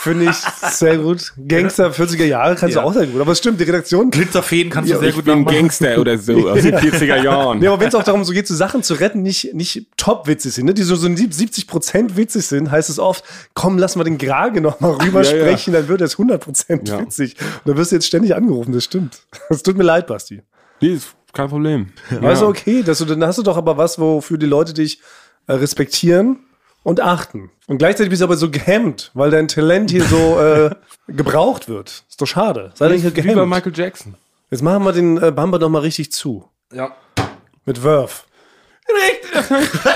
[SPEAKER 3] Finde ich sehr gut. Gangster 40er Jahre kannst
[SPEAKER 1] Ja.
[SPEAKER 3] du auch sehr gut. Aber es stimmt, die Redaktion.
[SPEAKER 1] Glitzerfeen kannst du sehr
[SPEAKER 2] Ich
[SPEAKER 1] gut
[SPEAKER 2] bin
[SPEAKER 1] nachmachen.
[SPEAKER 2] Gangster oder so aus den 40er Jahren.
[SPEAKER 3] Ja, aber wenn es auch darum so geht, so Sachen zu retten, nicht, nicht top witzig sind, ne? die so, so 70% witzig sind, heißt es oft, komm, lass mal den Grage nochmal rüber
[SPEAKER 2] Ja, ja.
[SPEAKER 3] sprechen, dann wird es 100%
[SPEAKER 2] Ja.
[SPEAKER 3] witzig. Und dann wirst du jetzt ständig angerufen, das stimmt. Es tut mir leid, Basti.
[SPEAKER 2] Nee, ist kein Problem.
[SPEAKER 3] Aber ist Also okay, dass du, dann hast du doch aber was, wofür die Leute dich äh, respektieren und achten. Und gleichzeitig bist du aber so gehemmt, weil dein Talent hier so äh, gebraucht wird. Ist doch schade. Sei doch nicht
[SPEAKER 2] Wie bei
[SPEAKER 3] gehemmt.
[SPEAKER 2] Michael Jackson.
[SPEAKER 3] Jetzt machen wir den äh, Bumper nochmal richtig zu.
[SPEAKER 1] Ja.
[SPEAKER 3] Mit Verve.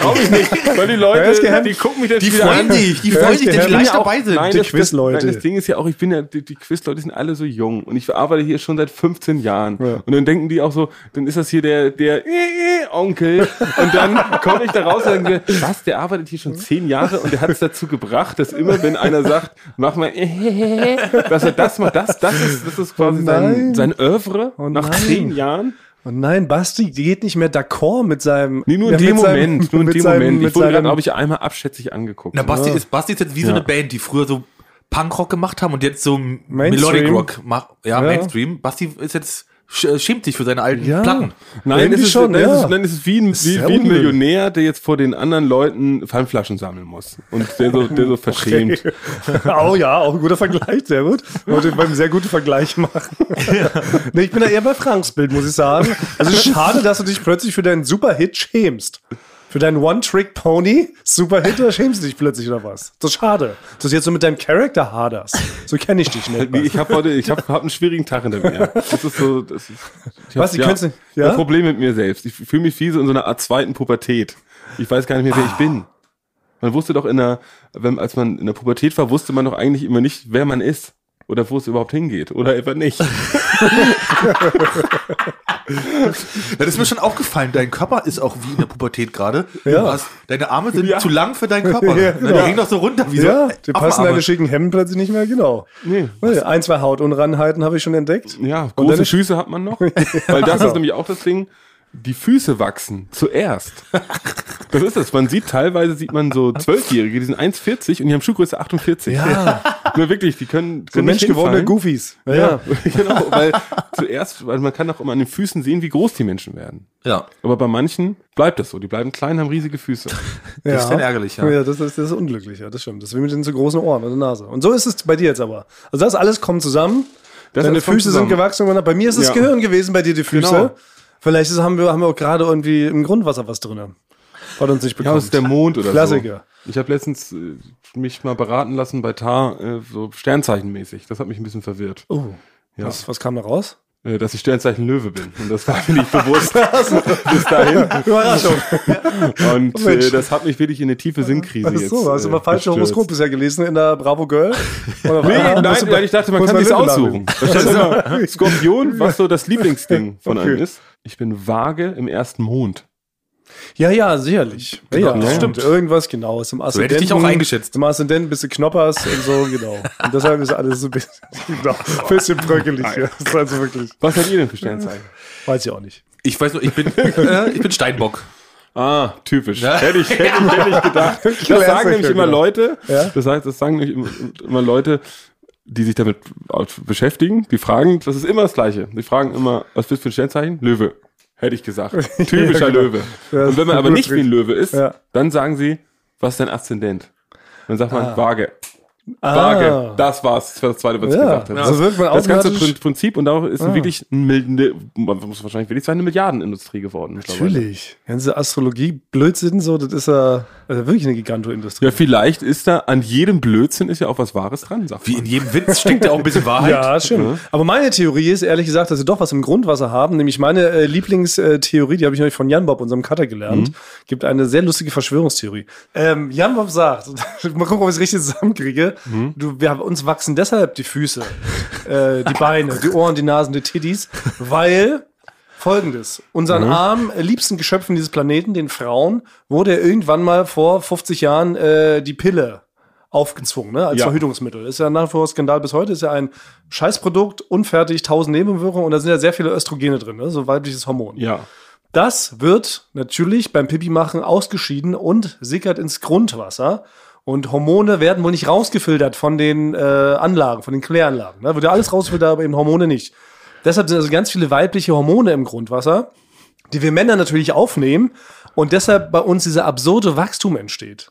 [SPEAKER 2] Glaube ich nicht. Weil die
[SPEAKER 3] Ja,
[SPEAKER 2] Leute,
[SPEAKER 3] ist gehemmt.
[SPEAKER 2] die gucken mich jetzt
[SPEAKER 1] Die
[SPEAKER 2] wieder
[SPEAKER 1] freuen
[SPEAKER 2] an.
[SPEAKER 1] sich, die freuen sich, dass die
[SPEAKER 3] Ja,
[SPEAKER 1] leicht dabei sind.
[SPEAKER 2] Nein,
[SPEAKER 3] Die
[SPEAKER 2] das,
[SPEAKER 3] Quizleute.
[SPEAKER 2] Das, nein, das Ding ist ja auch, ich bin ja, die, die Quizleute sind alle so jung und ich arbeite hier schon seit 15 Jahren. Und dann denken die auch so, dann ist das hier der, der äh, äh, Onkel. Und dann komme ich da raus und denke, was, der arbeitet hier schon 10 Jahre und der hat es dazu gebracht, dass immer, wenn einer sagt, mach mal, äh, äh, äh, dass er das mal, das, das ist, das ist quasi
[SPEAKER 3] Oh
[SPEAKER 2] sein,
[SPEAKER 3] nein.
[SPEAKER 2] sein Oeuvre
[SPEAKER 3] Oh
[SPEAKER 2] nach
[SPEAKER 3] nein.
[SPEAKER 2] 10 Jahren.
[SPEAKER 3] Und nein, Basti geht nicht mehr d'accord mit seinem.
[SPEAKER 2] Nee, nur in
[SPEAKER 3] ja,
[SPEAKER 2] dem
[SPEAKER 3] mit seinem-
[SPEAKER 2] Moment, nur in
[SPEAKER 3] mit
[SPEAKER 2] dem
[SPEAKER 3] seinem-
[SPEAKER 2] Moment.
[SPEAKER 3] mit
[SPEAKER 2] Ich wurde gerade,
[SPEAKER 3] seinem-
[SPEAKER 2] glaube ich, einmal abschätzig angeguckt.
[SPEAKER 1] Na, Basti, ist, Basti ist jetzt wie so
[SPEAKER 2] Ja.
[SPEAKER 1] eine Band, die früher so Punkrock gemacht haben und jetzt so Melodic
[SPEAKER 3] Mainstream.
[SPEAKER 1] Rock macht. Ja, Mainstream. Basti ist jetzt sch- äh, schämt sich für seine alten
[SPEAKER 3] Ja.
[SPEAKER 1] Platten.
[SPEAKER 2] Nein,
[SPEAKER 3] Irgendwie
[SPEAKER 2] es ist,
[SPEAKER 3] schon,
[SPEAKER 2] nein,
[SPEAKER 3] ja.
[SPEAKER 2] es ist, nein, es ist wie ein, wie,
[SPEAKER 3] sehr
[SPEAKER 2] wie ein
[SPEAKER 3] unnötig.
[SPEAKER 2] Millionär, der jetzt vor den anderen Leuten Pfandflaschen sammeln muss. Und der so, der so verschämt.
[SPEAKER 3] oh ja, auch ein guter Vergleich, sehr gut. Wollte beim sehr guten Vergleich machen. nee, ich bin da eher bei Franks Bild, muss ich sagen. Also schade, dass du dich plötzlich für deinen Superhit schämst. Für deinen One-Trick-Pony, Superhit, da schämst du dich plötzlich oder was? Das ist schade. Dass du jetzt so mit deinem Charakter haderst. So kenne ich dich nicht.
[SPEAKER 2] Nee, Ich habe heute, ich habe hab einen schwierigen Tag hinter mir. Das ist so, das ist, ich hab,
[SPEAKER 3] Was, Sie können's nicht-
[SPEAKER 2] ja?
[SPEAKER 3] ja?
[SPEAKER 2] Ein Problem mit mir selbst. Ich fühle mich wie so in so einer Art zweiten Pubertät. Ich weiß gar nicht mehr, wer ich
[SPEAKER 3] Ah.
[SPEAKER 2] bin. Man wusste doch in der, wenn, als man in der Pubertät war, wusste man doch eigentlich immer nicht, wer man ist. Oder wo es überhaupt hingeht. Oder etwa nicht.
[SPEAKER 1] Das ist mir schon aufgefallen. Dein Körper ist auch wie in der Pubertät gerade.
[SPEAKER 3] Ja.
[SPEAKER 1] Du hast- Deine Arme sind
[SPEAKER 2] Ja.
[SPEAKER 1] zu lang für deinen Körper.
[SPEAKER 3] Ja, genau.
[SPEAKER 1] Die hängen doch so runter wie
[SPEAKER 3] Ja,
[SPEAKER 1] so.
[SPEAKER 3] dir passen
[SPEAKER 1] Affenarme.
[SPEAKER 3] deine schicken Hemden plötzlich nicht mehr, genau.
[SPEAKER 2] Nee.
[SPEAKER 3] Weil Ein, zwei Hautunreinheiten habe ich schon entdeckt.
[SPEAKER 2] Ja,
[SPEAKER 3] Und
[SPEAKER 2] große
[SPEAKER 3] dann- genau.
[SPEAKER 2] Füße hat man noch. Weil das ist nämlich auch das Ding, die Füße wachsen zuerst. Das ist das. Man sieht teilweise, sieht man so Zwölfjährige, die sind 1,40 und die haben Schuhgröße 48.
[SPEAKER 3] Ja.
[SPEAKER 2] Nur wirklich, die können,
[SPEAKER 3] So
[SPEAKER 2] können
[SPEAKER 3] Mensch gewordene
[SPEAKER 2] hinfallen.
[SPEAKER 3] Goofies. Ja.
[SPEAKER 2] Ja, genau, weil zuerst, weil man kann auch immer an den Füßen sehen, wie groß die Menschen werden.
[SPEAKER 1] Ja.
[SPEAKER 2] Aber bei manchen bleibt das so. Die bleiben klein, haben riesige Füße.
[SPEAKER 1] Das ist dann ärgerlich, ja.
[SPEAKER 3] ja. das, ist, das ist unglücklich, ja, das stimmt. Das ist wie mit den so großen Ohren und der Nase. Und so ist es bei dir jetzt aber. Also das alles kommt zusammen.
[SPEAKER 2] Das
[SPEAKER 3] Deine
[SPEAKER 2] alles kommt
[SPEAKER 3] Füße
[SPEAKER 2] zusammen.
[SPEAKER 3] sind gewachsen. Und bei mir ist es
[SPEAKER 2] Ja.
[SPEAKER 3] Gehirn gewesen, bei dir die Füße.
[SPEAKER 2] Genau.
[SPEAKER 3] Vielleicht ist, haben, wir, haben wir auch gerade irgendwie im Grundwasser was drin. Hat uns nicht
[SPEAKER 2] Ja,
[SPEAKER 3] bekommen.
[SPEAKER 2] das ist der Mond oder
[SPEAKER 3] Klassiker.
[SPEAKER 2] so. Ich habe letztens äh, mich mal beraten lassen bei Tar, äh, so sternzeichenmäßig. Das hat mich ein bisschen verwirrt.
[SPEAKER 3] oh.
[SPEAKER 2] Ja.
[SPEAKER 3] was, was kam da raus?
[SPEAKER 2] Äh, dass ich Sternzeichen Löwe bin. Und das war mir nicht bewusst bis dahin.
[SPEAKER 3] Überraschung.
[SPEAKER 2] Und äh,
[SPEAKER 3] Oh, Mensch.
[SPEAKER 2] das hat mich wirklich in eine tiefe Sinnkrise jetzt.
[SPEAKER 3] so, hast du
[SPEAKER 2] äh,
[SPEAKER 3] mal falsche
[SPEAKER 2] gestürzt.
[SPEAKER 3] Horoskop bisher gelesen in der Bravo Girl? Oder
[SPEAKER 2] Nee,
[SPEAKER 3] Ah,
[SPEAKER 2] nein,
[SPEAKER 3] musst du-
[SPEAKER 2] weil ich dachte, man
[SPEAKER 3] musst
[SPEAKER 2] kann
[SPEAKER 3] du
[SPEAKER 2] sich's
[SPEAKER 3] mal Lücken
[SPEAKER 2] aussuchen. Da stand immer Skorpion, was so das Lieblingsding von
[SPEAKER 3] Okay.
[SPEAKER 2] einem ist. Ich bin vage im ersten Mond.
[SPEAKER 3] Ja, ja, sicherlich.
[SPEAKER 1] Genau,
[SPEAKER 3] ja, ja,
[SPEAKER 1] das
[SPEAKER 3] stimmt. Irgendwas genau. Ist im
[SPEAKER 1] So hätte ich dich auch eingeschätzt.
[SPEAKER 3] Im Aszendenten bist du Knoppers und so, genau. Und deshalb ist alles so ein bisschen, genau, ein bisschen bröckelig. Ja. Das ist also wirklich,
[SPEAKER 2] Was seid ihr denn für Sternzeichen?
[SPEAKER 3] weiß ich auch nicht.
[SPEAKER 1] Ich weiß nur, ich bin, äh, ich bin Steinbock.
[SPEAKER 2] Ah, typisch. Hätte ich, hätte, ich- hätte ich gedacht. Das sagen nämlich immer
[SPEAKER 3] genau.
[SPEAKER 2] Leute, das, heißt, das sagen nämlich immer, immer Leute, die sich damit beschäftigen, die fragen, das ist immer das Gleiche. Die fragen immer, was bist du für ein Sternzeichen? Löwe. Hätte ich gesagt. Typischer
[SPEAKER 3] genau.
[SPEAKER 2] Löwe.
[SPEAKER 3] Ja, das
[SPEAKER 2] Und wenn man
[SPEAKER 3] ist
[SPEAKER 2] aber
[SPEAKER 3] gut
[SPEAKER 2] nicht wie ein
[SPEAKER 3] richtig.
[SPEAKER 2] Löwe ist,
[SPEAKER 3] Ja.
[SPEAKER 2] dann sagen sie, was ist dein Aszendent? Dann sagt man, Waage. Waage.
[SPEAKER 3] Ah.
[SPEAKER 2] Das war's für das zweite, was ich
[SPEAKER 3] Ja,
[SPEAKER 2] gesagt habe.
[SPEAKER 3] so Ah. wird man
[SPEAKER 2] das ganze
[SPEAKER 3] automatisch-
[SPEAKER 2] Prin- Prinzip und auch ist wirklich ein Milde, man muss wahrscheinlich wirklich eine Milliardenindustrie geworden. mittlerweile.
[SPEAKER 3] Natürlich. Ganze Astrologie, Blödsinn, so, das ist ja also wirklich eine Gigantoindustrie.
[SPEAKER 2] Ja, vielleicht ist da an jedem Blödsinn ist ja auch was Wahres dran, sagt
[SPEAKER 1] Wie
[SPEAKER 2] man.
[SPEAKER 1] in jedem Witz stinkt ja auch ein bisschen Wahrheit.
[SPEAKER 3] Ja, stimmt. Aber meine Theorie ist ehrlich gesagt, dass sie doch was im Grundwasser haben. Nämlich meine äh, Lieblingstheorie, die habe ich neulich von Jan Bob, unserem Cutter, gelernt. Gibt eine sehr lustige Verschwörungstheorie. Ähm, Jan Bob sagt, mal gucken, ob ich es richtig zusammenkriege. Du, wir, uns wachsen deshalb die Füße, äh, die Beine, die Ohren, die Nasen, die Titties, weil Folgendes. Unseren armen, äh, liebsten Geschöpfen dieses Planeten, den Frauen, wurde irgendwann mal vor 50 Jahren äh, die Pille aufgezwungen, ne? als
[SPEAKER 2] Ja.
[SPEAKER 3] Verhütungsmittel. Ist ja nach wie vor Skandal bis heute, ist ja ein Scheißprodukt, unfertig, tausend Nebenwirkungen und da sind ja sehr viele Östrogene drin, ne? so weibliches Hormon.
[SPEAKER 2] Ja.
[SPEAKER 3] Das wird natürlich beim Pipi machen ausgeschieden und sickert ins Grundwasser. Und Hormone werden wohl nicht rausgefiltert von den äh, Anlagen, von den Kläranlagen. Da wird ja alles rausgefiltert, aber eben Hormone nicht. Deshalb sind also ganz viele weibliche Hormone im Grundwasser, die wir Männer natürlich aufnehmen und deshalb bei uns dieser absurde Wachstum entsteht.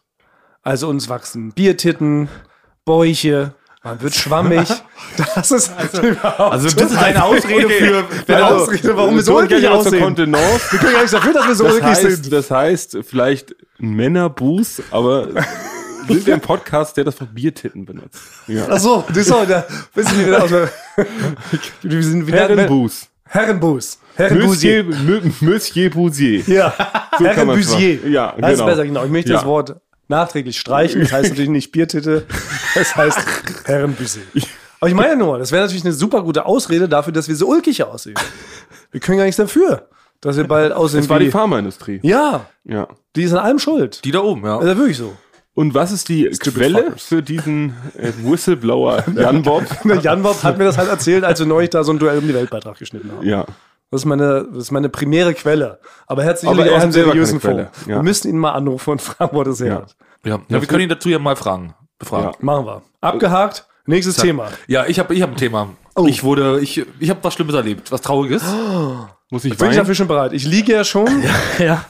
[SPEAKER 3] Also uns wachsen Biertitten, Bäuche, man wird schwammig. Das ist also,
[SPEAKER 1] Also das ist eine Ausrede für
[SPEAKER 3] eine Ausrede, warum wir so
[SPEAKER 2] wirklich
[SPEAKER 3] wirklich aussehen.
[SPEAKER 2] Kontenance.
[SPEAKER 3] Wir können gar nichts dafür, dass wir so
[SPEAKER 2] Das
[SPEAKER 3] wirklich sind.
[SPEAKER 2] heißt, das heißt, vielleicht ein Männerbuß, aber sind wir ein Podcast, der das von Biertitten benutzt. Ja.
[SPEAKER 3] Ach so, das ist auch der. Wissen wir wieder aus der. Wir also, sind wieder
[SPEAKER 2] Herrenbuß.
[SPEAKER 3] Herrenbus. Herrenbusier.
[SPEAKER 2] Monsieur Mö- Monsieur Bousier.
[SPEAKER 3] Ja. Herrenbusier.
[SPEAKER 2] sagen. Ja,
[SPEAKER 3] Das ist
[SPEAKER 2] genau.
[SPEAKER 3] besser, genau. Ich möchte
[SPEAKER 2] Ja.
[SPEAKER 3] das Wort nachträglich streichen. Das heißt natürlich nicht Biertitte. Das heißt Herrenbusier. Aber ich meine nur, das wäre natürlich eine super gute Ausrede dafür, dass wir so ulkig aussehen. Wir können gar nichts dafür, dass wir bald aussehen.
[SPEAKER 2] Das war die
[SPEAKER 3] wie-
[SPEAKER 2] Pharmaindustrie.
[SPEAKER 3] Ja,
[SPEAKER 2] Ja.
[SPEAKER 3] die ist an allem schuld.
[SPEAKER 1] die da oben, ja.
[SPEAKER 3] Das ist ja wirklich so.
[SPEAKER 2] Und was ist die Quelle für diesen äh, Whistleblower Jan Bob?
[SPEAKER 3] Der Jan Bob hat mir das halt erzählt, als wir neulich da so ein Duell um die Weltbeitrag geschnitten haben.
[SPEAKER 2] ja.
[SPEAKER 3] Das ist meine, das ist meine primäre Quelle. Aber herzlich
[SPEAKER 2] Aber er
[SPEAKER 3] aus
[SPEAKER 2] hat
[SPEAKER 3] dem
[SPEAKER 2] selber keine
[SPEAKER 3] seriösen Fonds.
[SPEAKER 2] Quelle. Ja.
[SPEAKER 3] Wir müssen ihn mal anrufen und fragen, wo er das her
[SPEAKER 2] Ja.
[SPEAKER 3] hat.
[SPEAKER 1] ja. ja wir können ihn dazu ja mal fragen, befragen.
[SPEAKER 2] Ja.
[SPEAKER 3] Machen wir. Abgehakt. Nächstes Thema.
[SPEAKER 1] Ja, ich habe ich hab ein Thema.
[SPEAKER 3] Oh.
[SPEAKER 1] Ich wurde, ich, ich habe was Schlimmes erlebt, was Trauriges.
[SPEAKER 2] Muss ich
[SPEAKER 3] Bin ich
[SPEAKER 2] weinen?
[SPEAKER 3] dafür schon bereit? Ich liege ja schon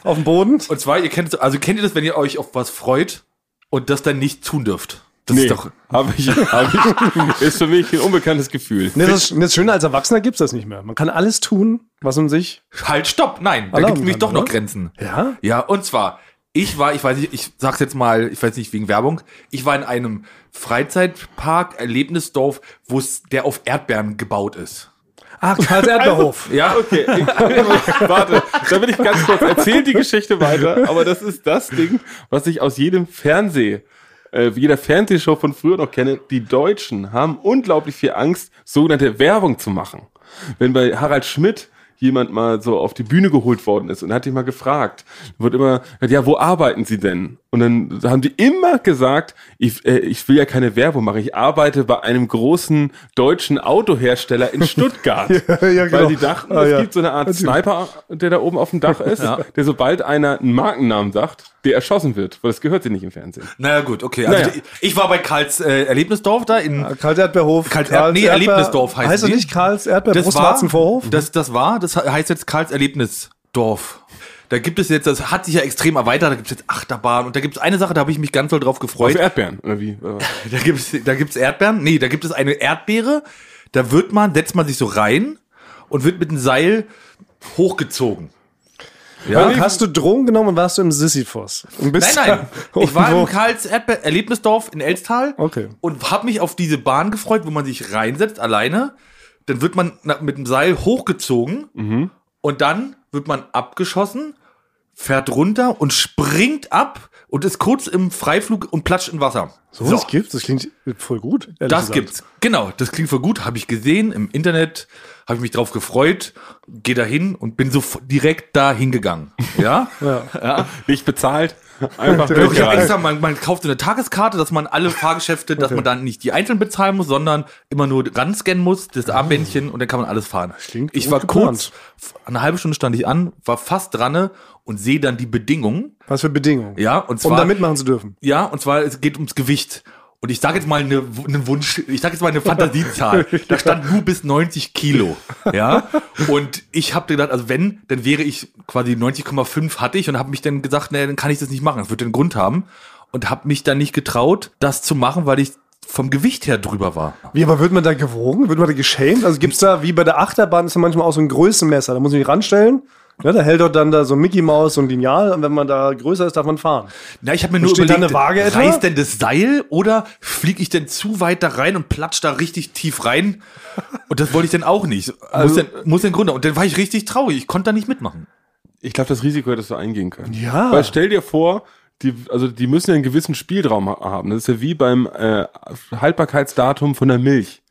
[SPEAKER 3] auf dem Boden.
[SPEAKER 1] Und zwar, ihr kennt es, also kennt ihr das, wenn ihr euch auf was freut und das dann nicht tun dürft? Das
[SPEAKER 2] Nee,
[SPEAKER 1] ist doch.
[SPEAKER 2] hab ich, hab ich, ist für mich ein unbekanntes Gefühl.
[SPEAKER 3] Nee, das, ist- das Schöne als Erwachsener gibt's das nicht mehr. Man kann alles tun, was um sich.
[SPEAKER 1] Halt, stopp! Nein, da
[SPEAKER 3] Alarm
[SPEAKER 1] gibt es nämlich
[SPEAKER 3] dran,
[SPEAKER 1] doch noch
[SPEAKER 3] oder?
[SPEAKER 1] Grenzen.
[SPEAKER 3] Ja?
[SPEAKER 1] Ja, und zwar, ich war, ich weiß nicht, ich sag's jetzt mal, ich weiß nicht wegen Werbung, ich war in einem Freizeitpark, Erlebnisdorf, wo es der auf Erdbeeren gebaut ist.
[SPEAKER 3] Ah, Karls Erdbeerhof.
[SPEAKER 1] Ja,
[SPEAKER 2] Okay, ich, warte, da bin ich ganz kurz. Erzähl die Geschichte weiter, aber das ist das Ding, was ich aus jedem Fernseh, äh, jeder Fernsehshow von früher noch kenne. Die Deutschen haben unglaublich viel Angst, sogenannte Werbung zu machen. Wenn bei Harald Schmidt jemand mal so auf die Bühne geholt worden ist und hat ihn mal gefragt, wird immer, ja, wo arbeiten Sie denn? Und dann haben die immer gesagt, ich, äh, ich will ja keine Werbung machen, ich arbeite bei einem großen deutschen Autohersteller in Stuttgart.
[SPEAKER 3] ja,
[SPEAKER 2] Weil
[SPEAKER 3] genau.
[SPEAKER 2] die dachten,
[SPEAKER 3] Ah,
[SPEAKER 2] es
[SPEAKER 3] ja.
[SPEAKER 2] gibt so eine Art Sniper, der da oben auf dem Dach ist, der sobald einer einen Markennamen sagt, der erschossen wird, weil das gehört sie nicht im Fernsehen.
[SPEAKER 1] naja, gut, okay. Also
[SPEAKER 2] Naja.
[SPEAKER 1] Ich, ich war bei Karls äh, Erlebnisdorf da in.
[SPEAKER 3] Karls Erdbeerhof.
[SPEAKER 1] Karls Erd- nee, Erlebnisdorf heißen
[SPEAKER 3] Heißt er
[SPEAKER 1] die.
[SPEAKER 3] nicht Karls
[SPEAKER 1] Das war,
[SPEAKER 3] Erdbeer-Brustwarzenvorhof?
[SPEAKER 1] das, das war, das he- heißt jetzt Karls Erlebnisdorf. Da gibt es jetzt, das hat sich ja extrem erweitert, da gibt es jetzt Achterbahn und da gibt es eine Sache, da habe ich mich ganz doll drauf gefreut.
[SPEAKER 2] Also Erdbeeren, oder wie?
[SPEAKER 1] Da gibt's da gibt's Erdbeeren? Nee, da gibt es eine Erdbeere, da wird man, setzt man sich so rein und wird mit einem Seil hochgezogen. Ja.
[SPEAKER 3] Und Hast du Drogen genommen und warst du im Sisyphos? Und
[SPEAKER 1] Nein,
[SPEAKER 3] bist
[SPEAKER 1] nein.
[SPEAKER 3] da-
[SPEAKER 1] Ich war
[SPEAKER 3] Wo-
[SPEAKER 1] im Karls Erdbe äh, Erlebnisdorf in Elstal
[SPEAKER 3] Okay.
[SPEAKER 1] und habe mich auf diese Bahn gefreut, wo man sich reinsetzt, alleine. Dann wird man na- mit dem Seil hochgezogen
[SPEAKER 3] Mhm.
[SPEAKER 1] und dann wird man abgeschossen, fährt runter und springt ab und ist kurz im Freiflug und platscht in Wasser.
[SPEAKER 3] So, das gibt's. Das klingt voll gut. ehrlich
[SPEAKER 1] Das
[SPEAKER 3] gesagt.
[SPEAKER 1] gibt's. Genau, das klingt voll gut, habe ich gesehen im Internet, habe ich mich drauf gefreut, gehe dahin und bin so direkt da hingegangen. Ja?
[SPEAKER 2] Nicht bezahlt, einfach
[SPEAKER 1] Doch, ich hab
[SPEAKER 2] durchgereicht.
[SPEAKER 1] extra, man, man kauft so eine Tageskarte, dass man alle Fahrgeschäfte, dass man dann nicht die einzeln bezahlen muss, sondern immer nur ranscannen muss, das Armbändchen und dann kann man alles fahren.
[SPEAKER 3] Klingt
[SPEAKER 1] ich
[SPEAKER 3] gut
[SPEAKER 1] war
[SPEAKER 3] geplant.
[SPEAKER 1] kurz, eine halbe Stunde stand ich an, war fast dran und sehe dann die Bedingungen.
[SPEAKER 3] Was für Bedingungen.
[SPEAKER 1] Ja, und zwar
[SPEAKER 3] um da mitmachen zu dürfen.
[SPEAKER 1] ja, und zwar es geht ums Gewicht. Und ich sage jetzt mal eine, einen Wunsch, ich sage jetzt mal eine Fantasiezahl. Da stand nur bis 90 Kilo. Ja. Und ich habe gedacht, also wenn, dann wäre ich quasi 90,5 hatte ich und habe mich dann gesagt, nee, dann kann ich das nicht machen. Das wird den Grund haben. Und habe mich dann nicht getraut, das zu machen, weil ich vom Gewicht her drüber war.
[SPEAKER 3] Wie, aber wird man da gewogen? Wird man da geschämt? Also gibt's da, wie bei der Achterbahn, ist ja manchmal auch so ein Größenmesser. Da muss ich mich ranstellen. Ne, da hält dort dann da so ein Mickey Maus so ein Lineal und wenn man da größer ist, darf man fahren.
[SPEAKER 1] Na, ich habe mir nur
[SPEAKER 3] steht
[SPEAKER 1] überlegt,
[SPEAKER 3] da eine Waage etwa?
[SPEAKER 1] reißt denn das Seil oder fliege ich denn zu weit da rein und platsch da richtig tief rein? Und das wollte ich dann auch nicht. muss, denn, muss denn Grund haben. Und dann war ich richtig traurig. Ich konnte da nicht mitmachen.
[SPEAKER 2] Ich glaube, das Risiko hättest du eingehen können.
[SPEAKER 3] Ja.
[SPEAKER 2] Weil stell dir vor, die, also die müssen ja einen gewissen Spielraum ha- haben. Das ist ja wie beim äh, Haltbarkeitsdatum von der Milch.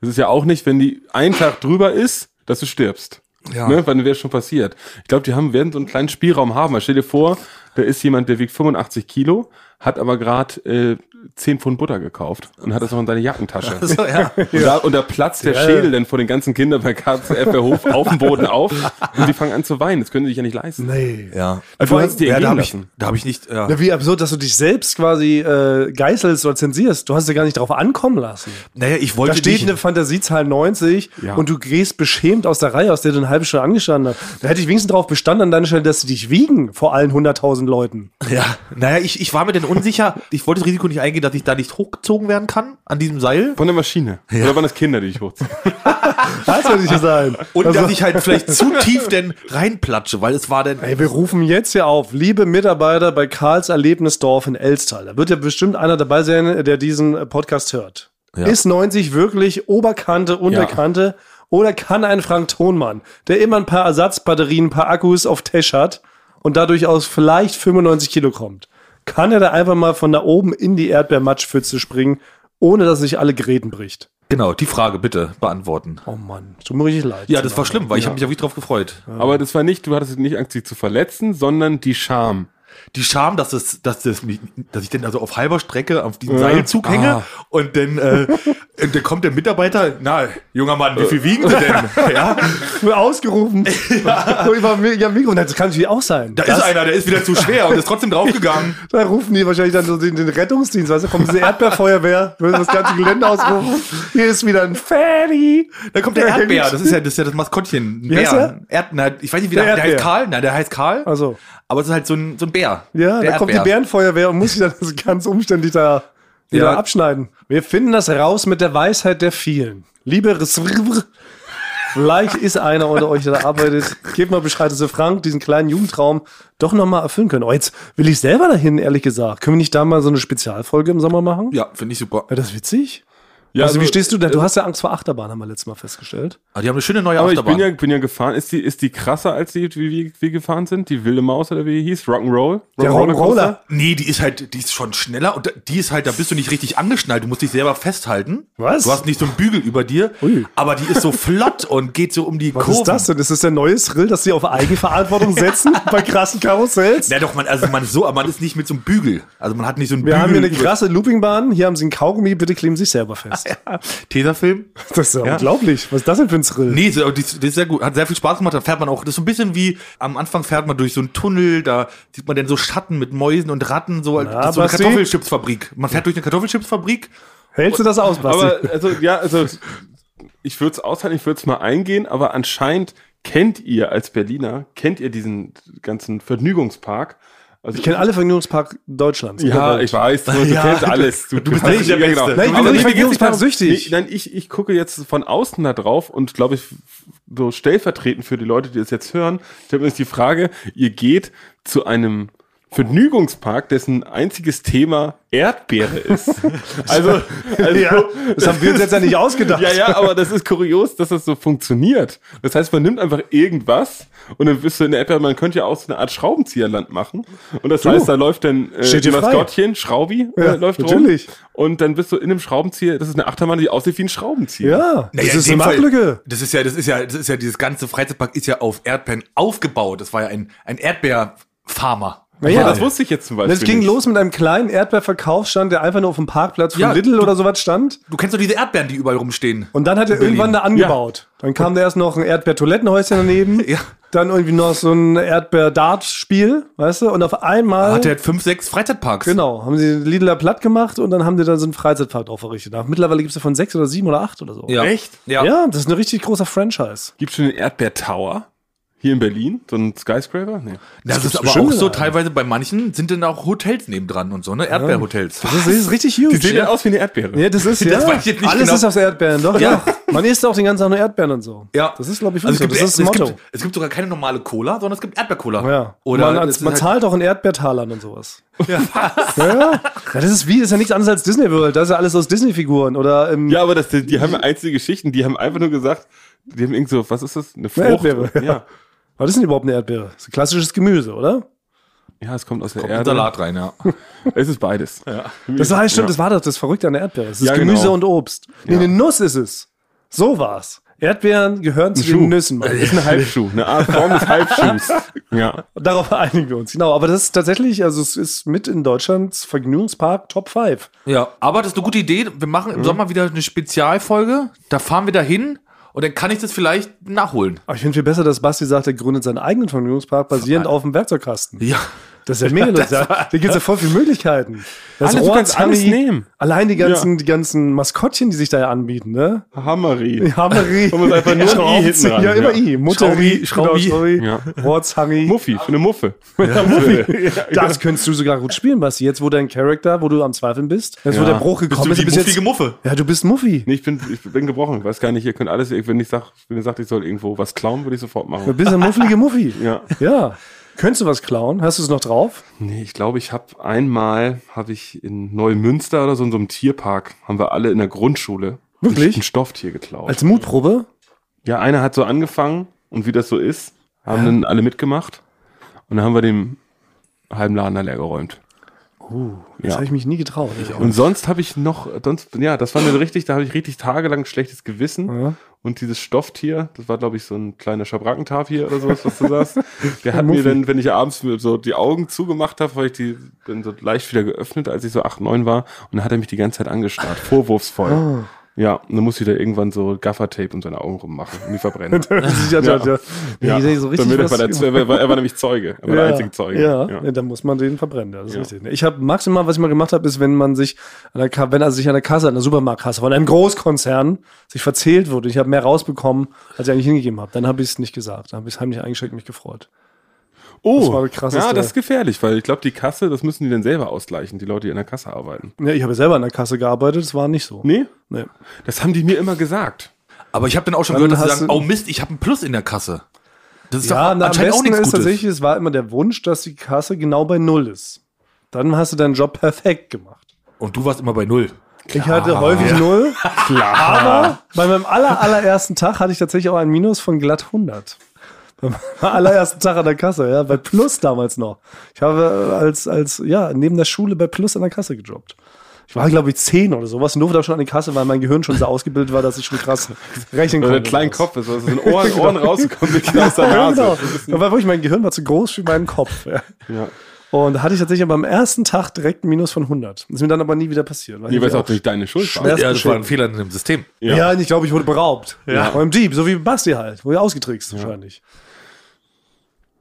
[SPEAKER 2] Das ist ja auch nicht, wenn die einen Tag drüber ist, dass du stirbst.
[SPEAKER 1] Ja.
[SPEAKER 2] Ne? Wann wäre schon passiert? Ich glaube, die haben, werden so einen kleinen Spielraum haben. Weil stell dir vor, da ist jemand, der wiegt 85 Kilo, hat aber gerade äh, 10 Pfund Butter gekauft und hat das noch in seine Jackentasche.
[SPEAKER 1] So, Also, ja.
[SPEAKER 2] Und, da, und da platzt der Schädel dann vor den ganzen Kindern bei KZF der Hof auf dem Boden auf und die fangen an zu weinen. Das können sie sich ja nicht leisten.
[SPEAKER 3] Nee. Also
[SPEAKER 1] ja.
[SPEAKER 2] Du
[SPEAKER 3] Du
[SPEAKER 2] hast
[SPEAKER 3] hast
[SPEAKER 2] dir
[SPEAKER 1] ja, da
[SPEAKER 2] entgehen
[SPEAKER 1] habe ich, Ne,
[SPEAKER 2] lassen.
[SPEAKER 1] da hab ich nicht. Ja.
[SPEAKER 3] Ja, wie absurd, dass du dich selbst quasi äh, geißelst oder zensierst. Du hast ja gar nicht drauf ankommen lassen.
[SPEAKER 1] Naja, ich
[SPEAKER 3] Da
[SPEAKER 1] wollte
[SPEAKER 3] steht
[SPEAKER 1] nicht.
[SPEAKER 3] eine Fantasiezahl 90
[SPEAKER 2] Ja.
[SPEAKER 3] und du gehst beschämt aus der Reihe, aus der du eine halbe Stunde angestanden hast. Da hätte ich wenigstens drauf bestanden an deiner Stelle, dass sie dich wiegen vor allen 100.000 Leuten.
[SPEAKER 1] ja. Naja, ich, ich war mir denn unsicher. Ich wollte das Risiko nicht eingehen, dass ich da nicht hochgezogen werden kann an diesem Seil.
[SPEAKER 2] Von der Maschine. Oder waren das Kinder, die ich hochziehe?
[SPEAKER 3] Das soll nicht sein.
[SPEAKER 1] Und
[SPEAKER 3] Also-
[SPEAKER 1] dass ich halt vielleicht zu tief denn reinplatsche, weil es war denn.
[SPEAKER 3] Ey, wir rufen jetzt hier auf, liebe Mitarbeiter bei Karls Erlebnisdorf in Elstal. Da wird ja bestimmt einer dabei sein, der diesen Podcast hört. Ist 90 wirklich Oberkante, Unterkante? Oder kann ein Frank Thonmann, der immer ein paar Ersatzbatterien, ein paar Akkus auf Tesch hat und dadurch aus vielleicht 95 Kilo kommt, kann er da einfach mal von da oben in die Erdbeermatschpfütze springen, ohne dass sich alle Geräten bricht?
[SPEAKER 1] Genau, die Frage bitte beantworten.
[SPEAKER 3] Oh Mann, tut mir richtig leid.
[SPEAKER 1] Ja, das war schlimm, weil ich habe mich auch wirklich drauf gefreut.
[SPEAKER 2] Aber das war nicht, du hattest nicht Angst, sie zu verletzen, sondern die Scham.
[SPEAKER 1] die Scham, dass es, dass das mich, dass ich dann also auf halber Strecke auf diesen Seilzug hänge und dann, äh, und dann kommt der Mitarbeiter, na, junger Mann, wie viel wiegen Sie denn? ja,
[SPEAKER 3] Mir ausgerufen. ja. Über ja, Mikro. Das kann natürlich auch sein.
[SPEAKER 1] da ist einer, der ist wieder zu schwer und ist trotzdem draufgegangen.
[SPEAKER 3] Da rufen die wahrscheinlich dann so den, den Rettungsdienst, weißt du, kommt diese Erdbeerfeuerwehr, würde das ganze Gelände ausrufen. Hier ist wieder ein Ferry.
[SPEAKER 1] Dann kommt der Erdbeer, das ist ja das, ist ja das Maskottchen. Ein
[SPEAKER 3] Wie heißt
[SPEAKER 1] Bär. Erd, na, ich weiß nicht, wie der,
[SPEAKER 3] Der
[SPEAKER 1] der heißt
[SPEAKER 3] Erdbär.
[SPEAKER 1] Karl, nein, der heißt Karl.
[SPEAKER 3] Ach so.
[SPEAKER 1] Aber es ist halt so ein, so ein Bär.
[SPEAKER 3] Also, Ja,
[SPEAKER 1] der
[SPEAKER 3] da kommt die
[SPEAKER 1] Erdbär.
[SPEAKER 3] Bärenfeuerwehr und muss sich dann das ganz umständlich da wieder
[SPEAKER 1] Ja.
[SPEAKER 3] abschneiden. Wir finden das raus mit der Weisheit der vielen. Liebe Reswr, vielleicht ist einer unter euch, der da arbeitet. Gebt mal Bescheid, dass wir Frank diesen kleinen Jugendtraum doch nochmal erfüllen können. Oh, jetzt will ich selber dahin, ehrlich gesagt. Können wir nicht da mal so eine Spezialfolge im Sommer machen?
[SPEAKER 1] Ja, finde ich super.
[SPEAKER 3] Wäre das witzig?
[SPEAKER 2] Ja,
[SPEAKER 3] also, wie stehst du da? Du hast ja Angst vor Achterbahn, haben wir letztes Mal festgestellt.
[SPEAKER 1] Ah, die haben eine schöne neue
[SPEAKER 2] aber ich
[SPEAKER 1] Achterbahn.
[SPEAKER 2] bin ja, bin ja gefahren. Ist die, ist die krasser als die, wie wir- wir gefahren sind? Die wilde Maus oder wie die hieß? Rock'n'Roll?
[SPEAKER 3] Der Rock'n'Roller.
[SPEAKER 1] Nee, die ist halt, die ist schon schneller und die ist halt, da bist du nicht richtig angeschnallt, du musst dich selber festhalten.
[SPEAKER 3] Was?
[SPEAKER 1] Du hast nicht so einen Bügel über dir,
[SPEAKER 3] Ui.
[SPEAKER 1] aber die ist so flott und geht so um die
[SPEAKER 3] Was
[SPEAKER 1] Kurven.
[SPEAKER 3] ist das denn? Ist das der neue Thrill, dass sie auf Eigenverantwortung setzen bei krassen Karussells?
[SPEAKER 1] Na doch, man, also man ist so, aber man ist nicht mit so einem Bügel. Also man hat nicht so einen
[SPEAKER 3] Wir
[SPEAKER 1] Bügel.
[SPEAKER 3] haben hier eine
[SPEAKER 1] über-
[SPEAKER 3] krasse Loopingbahn, hier haben sie einen Kaugummi, bitte kleben sie sich selber fest.
[SPEAKER 1] Tesafilm?
[SPEAKER 3] Das ist ja, unglaublich. Was ist das denn für ein Thrill?
[SPEAKER 1] Nee, so, die, ist- die ist sehr gut. Hat sehr viel Spaß gemacht. Da fährt man auch, das ist so ein bisschen wie, am Anfang fährt man durch so einen Tunnel, da sieht man dann so Schatten mit Mäusen und Ratten, so, das ist so eine
[SPEAKER 3] Basti?
[SPEAKER 1] Kartoffelchipsfabrik. Man fährt durch eine Kartoffelchipsfabrik.
[SPEAKER 3] Hältst du das aus, Basti?
[SPEAKER 2] Aber also, ja, also ich würde es aushalten, ich würde es mal eingehen, aber anscheinend kennt ihr als Berliner, kennt ihr diesen ganzen Vergnügungspark. Also
[SPEAKER 3] ich kenne alle Vergnügungspark Deutschlands.
[SPEAKER 2] Ja,
[SPEAKER 3] Oder?
[SPEAKER 2] ich weiß, du, du
[SPEAKER 1] Ja.
[SPEAKER 2] kennst alles. Du,
[SPEAKER 1] bist nicht der Beste.
[SPEAKER 3] Nein, genau. ich bin
[SPEAKER 2] Aber
[SPEAKER 3] doch nicht
[SPEAKER 2] mir geht's
[SPEAKER 3] Regierungspark
[SPEAKER 2] darum-
[SPEAKER 3] süchtig.
[SPEAKER 2] Nee, Nein, ich, ich gucke jetzt von außen da drauf und glaube ich, so stellvertretend für die Leute, die das jetzt hören, stellt mir jetzt die Frage, ihr geht zu einem Vergnügungspark, dessen einziges Thema Erdbeere ist. also, also
[SPEAKER 3] Das haben wir uns jetzt ja nicht ausgedacht.
[SPEAKER 2] ja, ja, aber das ist kurios, dass das so funktioniert. Das heißt, man nimmt einfach irgendwas und dann bist du in der App, ja, man könnte ja auch so eine Art Schraubenzieherland machen. Und das heißt, da läuft dann äh,
[SPEAKER 3] Steht dir frei.
[SPEAKER 2] Maskottchen, Schraubi,
[SPEAKER 3] Ja,
[SPEAKER 2] äh, läuft
[SPEAKER 3] natürlich.
[SPEAKER 2] rum. Und dann bist du in einem Schraubenzieher, das ist eine Achterbahn, die aussieht wie ein Schraubenzieher.
[SPEAKER 3] Ja,
[SPEAKER 1] Naja, in
[SPEAKER 3] das ist eine
[SPEAKER 1] dem Fall-
[SPEAKER 3] Marktlücke.
[SPEAKER 1] Das ist ja, das ist ja, das ist ja, dieses ganze Freizeitpark ist ja auf Erdbeeren aufgebaut. Das war ja ein, ein Erdbeerfarmer.
[SPEAKER 2] Ja,
[SPEAKER 3] Naja,
[SPEAKER 2] das wusste ich jetzt zum Beispiel.
[SPEAKER 3] es ging
[SPEAKER 2] nicht.
[SPEAKER 3] los mit einem kleinen Erdbeerverkaufsstand, der einfach nur auf dem Parkplatz von
[SPEAKER 1] Ja,
[SPEAKER 3] Lidl
[SPEAKER 1] du-
[SPEAKER 3] oder sowas stand.
[SPEAKER 1] Du kennst doch diese Erdbeeren, die überall rumstehen.
[SPEAKER 3] Und dann hat er
[SPEAKER 1] In Berlin.
[SPEAKER 3] irgendwann da angebaut. Dann kam da erst noch ein Erdbeer-Toilettenhäuschen daneben.
[SPEAKER 1] Ja.
[SPEAKER 3] Dann irgendwie noch so ein Erdbeer-Dart-Spiel, weißt du? Und auf einmal.
[SPEAKER 1] Hat er fünf, sechs Freizeitparks.
[SPEAKER 3] Oh. genau, haben sie den Lidler platt gemacht und dann haben die da so einen Freizeitpark drauf errichtet. Ach, Mittlerweile gibt es davon sechs oder sieben oder acht oder so.
[SPEAKER 1] Ja.
[SPEAKER 2] Echt?
[SPEAKER 1] Ja.
[SPEAKER 3] Ja, das ist ein richtig großer Franchise.
[SPEAKER 2] Gibt schon den Erdbeer Tower hier in Berlin? So ein Skyscraper? Nee.
[SPEAKER 1] Das, ist aber
[SPEAKER 3] bestimmt
[SPEAKER 1] auch so,
[SPEAKER 3] überall.
[SPEAKER 1] teilweise bei manchen sind dann auch Hotels nebendran und so, ne? Erdbeerhotels.
[SPEAKER 3] Das ist, das ist richtig huge.
[SPEAKER 2] Die sehen ja aus wie eine Erdbeere.
[SPEAKER 3] Ja, das ist ja.
[SPEAKER 1] Das weiß ich jetzt nicht
[SPEAKER 3] Alles
[SPEAKER 1] genau.
[SPEAKER 3] ist aus Erdbeeren, doch,
[SPEAKER 1] Ja.
[SPEAKER 3] doch. Man isst auch den ganzen Tag nur Erdbeeren und so.
[SPEAKER 1] Ja.
[SPEAKER 3] Das ist, glaube ich,
[SPEAKER 1] Also es, gibt,
[SPEAKER 3] wirklich so. Das ist das
[SPEAKER 1] es,
[SPEAKER 3] Motto.
[SPEAKER 1] gibt, es gibt sogar keine normale Cola, sondern es gibt Erdbeercola.
[SPEAKER 3] ja.
[SPEAKER 1] Oder
[SPEAKER 3] man,
[SPEAKER 1] es ist
[SPEAKER 3] man
[SPEAKER 1] halt-
[SPEAKER 3] zahlt auch in Erdbeertalern und sowas. Ja, ja. ja das ist wie, ist ja nichts anderes als Disney World. Das ist ja alles aus Disney-Figuren oder ähm,
[SPEAKER 2] Ja, aber das, die, die haben ja einzelne Geschichten, die haben einfach nur gesagt, die haben irgend so, was ist das? Eine Frucht?
[SPEAKER 3] Erdbeere,
[SPEAKER 2] ja.
[SPEAKER 3] Was ist denn überhaupt eine Erdbeere? Das ist ein klassisches Gemüse, oder?
[SPEAKER 2] ja, es kommt aus der
[SPEAKER 1] kommt ein
[SPEAKER 2] Erde.
[SPEAKER 1] Salat rein, ja.
[SPEAKER 2] Es ist beides.
[SPEAKER 3] Das war stimmt,
[SPEAKER 2] Ja.
[SPEAKER 3] das war doch das Verrückte an der Erdbeere. Es ist
[SPEAKER 2] Ja,
[SPEAKER 3] Gemüse
[SPEAKER 2] genau.
[SPEAKER 3] und Obst. Nee, eine Nuss ist es. So war's. Erdbeeren gehören zu
[SPEAKER 2] Schuh.
[SPEAKER 3] den Nüssen. Mann.
[SPEAKER 2] ist ein Halbschuh, eine Art Form des Halbschuhs. Ja.
[SPEAKER 3] Darauf einigen wir uns, genau. Aber das ist tatsächlich, also es ist mit in Deutschlands Vergnügungspark Top 5.
[SPEAKER 1] Ja, aber das ist eine gute Idee. Wir machen
[SPEAKER 3] Mhm.
[SPEAKER 1] im Sommer wieder eine Spezialfolge. Da fahren wir da hin und dann kann ich das vielleicht nachholen.
[SPEAKER 3] Aber ich finde viel besser, dass Basti sagt, er gründet seinen eigenen Vergnügungspark basierend auf dem Werkzeugkasten.
[SPEAKER 1] Ja.
[SPEAKER 3] Das ist ja mega lustig. Da, da gibt es ja voll viele Möglichkeiten. Das
[SPEAKER 2] Alles, du kannst
[SPEAKER 3] Rohrzahnli,
[SPEAKER 2] alles nehmen.
[SPEAKER 3] Allein die ganzen, die ganzen Maskottchen, die sich da ja anbieten, ne?
[SPEAKER 2] Hammeri.
[SPEAKER 3] Hammerie.
[SPEAKER 2] Man muss einfach nur ein I hinten ran,
[SPEAKER 3] Ja, immer
[SPEAKER 2] ja.
[SPEAKER 3] I. genau, Mutterie,
[SPEAKER 1] Schraubi,
[SPEAKER 3] Schraubi,
[SPEAKER 2] Ja.
[SPEAKER 3] Rohrzangi.
[SPEAKER 2] Muffi, für eine Muffe. Ja, Muffi.
[SPEAKER 3] Das könntest du sogar gut spielen, Basti. Jetzt, wo dein Charakter, wo du am Zweifeln bist, jetzt, wo
[SPEAKER 2] Ja.
[SPEAKER 3] der Bruch gekommen ist,
[SPEAKER 1] die
[SPEAKER 3] du bist
[SPEAKER 1] muffige
[SPEAKER 3] jetzt,
[SPEAKER 1] Muffe?
[SPEAKER 3] ja, du bist Muffi.
[SPEAKER 2] Nee, ich bin, ich bin gebrochen. Ich weiß gar nicht, ihr könnt alles, wenn ich sag, wenn ihr sagt, ich soll irgendwo was klauen, würde ich sofort
[SPEAKER 3] Du
[SPEAKER 2] machen.
[SPEAKER 3] bist ein mufflige Muffi.
[SPEAKER 2] Ja.
[SPEAKER 3] Ja. Könntest du was klauen? Hast du es noch drauf?
[SPEAKER 2] Nee, ich glaube, ich habe einmal, habe ich in Neumünster oder so in so einem Tierpark, haben wir alle in der Grundschule
[SPEAKER 3] Wirklich?
[SPEAKER 2] ein Stofftier geklaut.
[SPEAKER 3] Als Mutprobe?
[SPEAKER 2] Ja, einer hat so angefangen und wie das so ist, haben dann alle mitgemacht und dann haben wir den halben Laden da leer geräumt.
[SPEAKER 3] Das
[SPEAKER 2] ja.
[SPEAKER 3] habe ich mich nie getraut.
[SPEAKER 2] Und sonst habe ich noch, sonst, ja, das war mir richtig, da habe ich richtig tagelang schlechtes Gewissen.
[SPEAKER 3] Ja.
[SPEAKER 2] Und dieses Stofftier, das war, glaube ich, so ein kleiner Schabrackentafel oder sowas, was du sagst. Der hat
[SPEAKER 3] Muffi.
[SPEAKER 2] mir dann, wenn ich abends mir so die Augen zugemacht habe, weil ich die dann so leicht wieder geöffnet, als ich so acht neun war, und dann hat er mich die ganze Zeit angestarrt, vorwurfsvoll.
[SPEAKER 3] Ah.
[SPEAKER 2] Ja, und dann musste ich da irgendwann so Gaffertape um seine Augen rummachen und die verbrennen.
[SPEAKER 3] ja, ja, ja.
[SPEAKER 2] Ja,
[SPEAKER 3] Nee, so richtig
[SPEAKER 2] damit er,
[SPEAKER 3] was
[SPEAKER 2] war der,
[SPEAKER 3] gemacht.
[SPEAKER 2] er, war, er war nämlich Zeuge, er war der einzige Zeuge.
[SPEAKER 3] Ja,
[SPEAKER 2] Ja.
[SPEAKER 3] ja. dann muss man den verbrennen. Das ist
[SPEAKER 2] Ja.
[SPEAKER 3] richtig. Ich habe maximal, was ich mal gemacht habe, ist, wenn man sich an der, Ka- wenn also sich an der Kasse, an der Supermarktkasse von einem Großkonzern sich verzählt wurde. Ich habe mehr rausbekommen, als ich eigentlich hingegeben habe. Dann habe ich es nicht gesagt. Dann habe ich es heimlich eingeschickt und mich gefreut.
[SPEAKER 2] Oh,
[SPEAKER 3] Das war der krasseste-
[SPEAKER 2] ja, das ist gefährlich, weil ich glaube, die Kasse, das müssen die dann selber ausgleichen, die Leute, die an der Kasse arbeiten.
[SPEAKER 3] Ja, ich habe selber an der Kasse gearbeitet. Das war nicht so.
[SPEAKER 2] Nee,
[SPEAKER 3] Nee.
[SPEAKER 2] das haben die mir immer gesagt.
[SPEAKER 1] Aber ich habe dann auch schon
[SPEAKER 3] Dann
[SPEAKER 1] gehört, dass sie
[SPEAKER 3] hast
[SPEAKER 1] sagen,
[SPEAKER 3] du-
[SPEAKER 1] oh Mist, ich habe einen Plus in der Kasse. Das ist
[SPEAKER 3] Ja,
[SPEAKER 1] doch
[SPEAKER 3] na, am
[SPEAKER 1] anscheinend auch
[SPEAKER 3] besten
[SPEAKER 1] nichts
[SPEAKER 3] ist
[SPEAKER 1] Gutes.
[SPEAKER 3] tatsächlich, es war immer der Wunsch, dass die Kasse genau bei Null ist. Dann hast du deinen Job perfekt gemacht.
[SPEAKER 1] Und du warst immer bei null.
[SPEAKER 3] Ich hatte häufig Null, aber bei meinem aller, allerersten Tag hatte ich tatsächlich auch ein Minus von glatt 100. Beim allerersten Tag an der Kasse, ja, bei Plus damals noch. Ich habe als, als, ja, neben der Schule bei Plus an der Kasse gejobbt. Ich war, glaube ich, 10 oder sowas und durfte auch schon an die Kasse, weil mein Gehirn schon so ausgebildet war, dass ich schon krass rechnen
[SPEAKER 2] Weil
[SPEAKER 3] konnte.
[SPEAKER 2] der kleinen Kopf ist, also sind Ohren, Ohren rausgekommen, mit aus der
[SPEAKER 3] Ja,
[SPEAKER 2] Nase.
[SPEAKER 3] genau. Aber wirklich, mein Gehirn war zu groß für meinen Kopf. Ja.
[SPEAKER 2] Ja.
[SPEAKER 3] Und da hatte ich tatsächlich aber am ersten Tag direkt ein Minus von 100. Das ist mir dann aber nie wieder passiert. weil
[SPEAKER 2] Ich
[SPEAKER 3] ich
[SPEAKER 2] weiß
[SPEAKER 3] auch-
[SPEAKER 2] auch nicht deine Schuld. war.
[SPEAKER 3] Schmerz-
[SPEAKER 1] Ja, das war ein Fehler in dem System.
[SPEAKER 2] Ja.
[SPEAKER 3] Ja, und ich glaube, ich wurde beraubt. Ja. Beim Jeep, so wie Basti halt. Wurde ausgetrickst wahrscheinlich.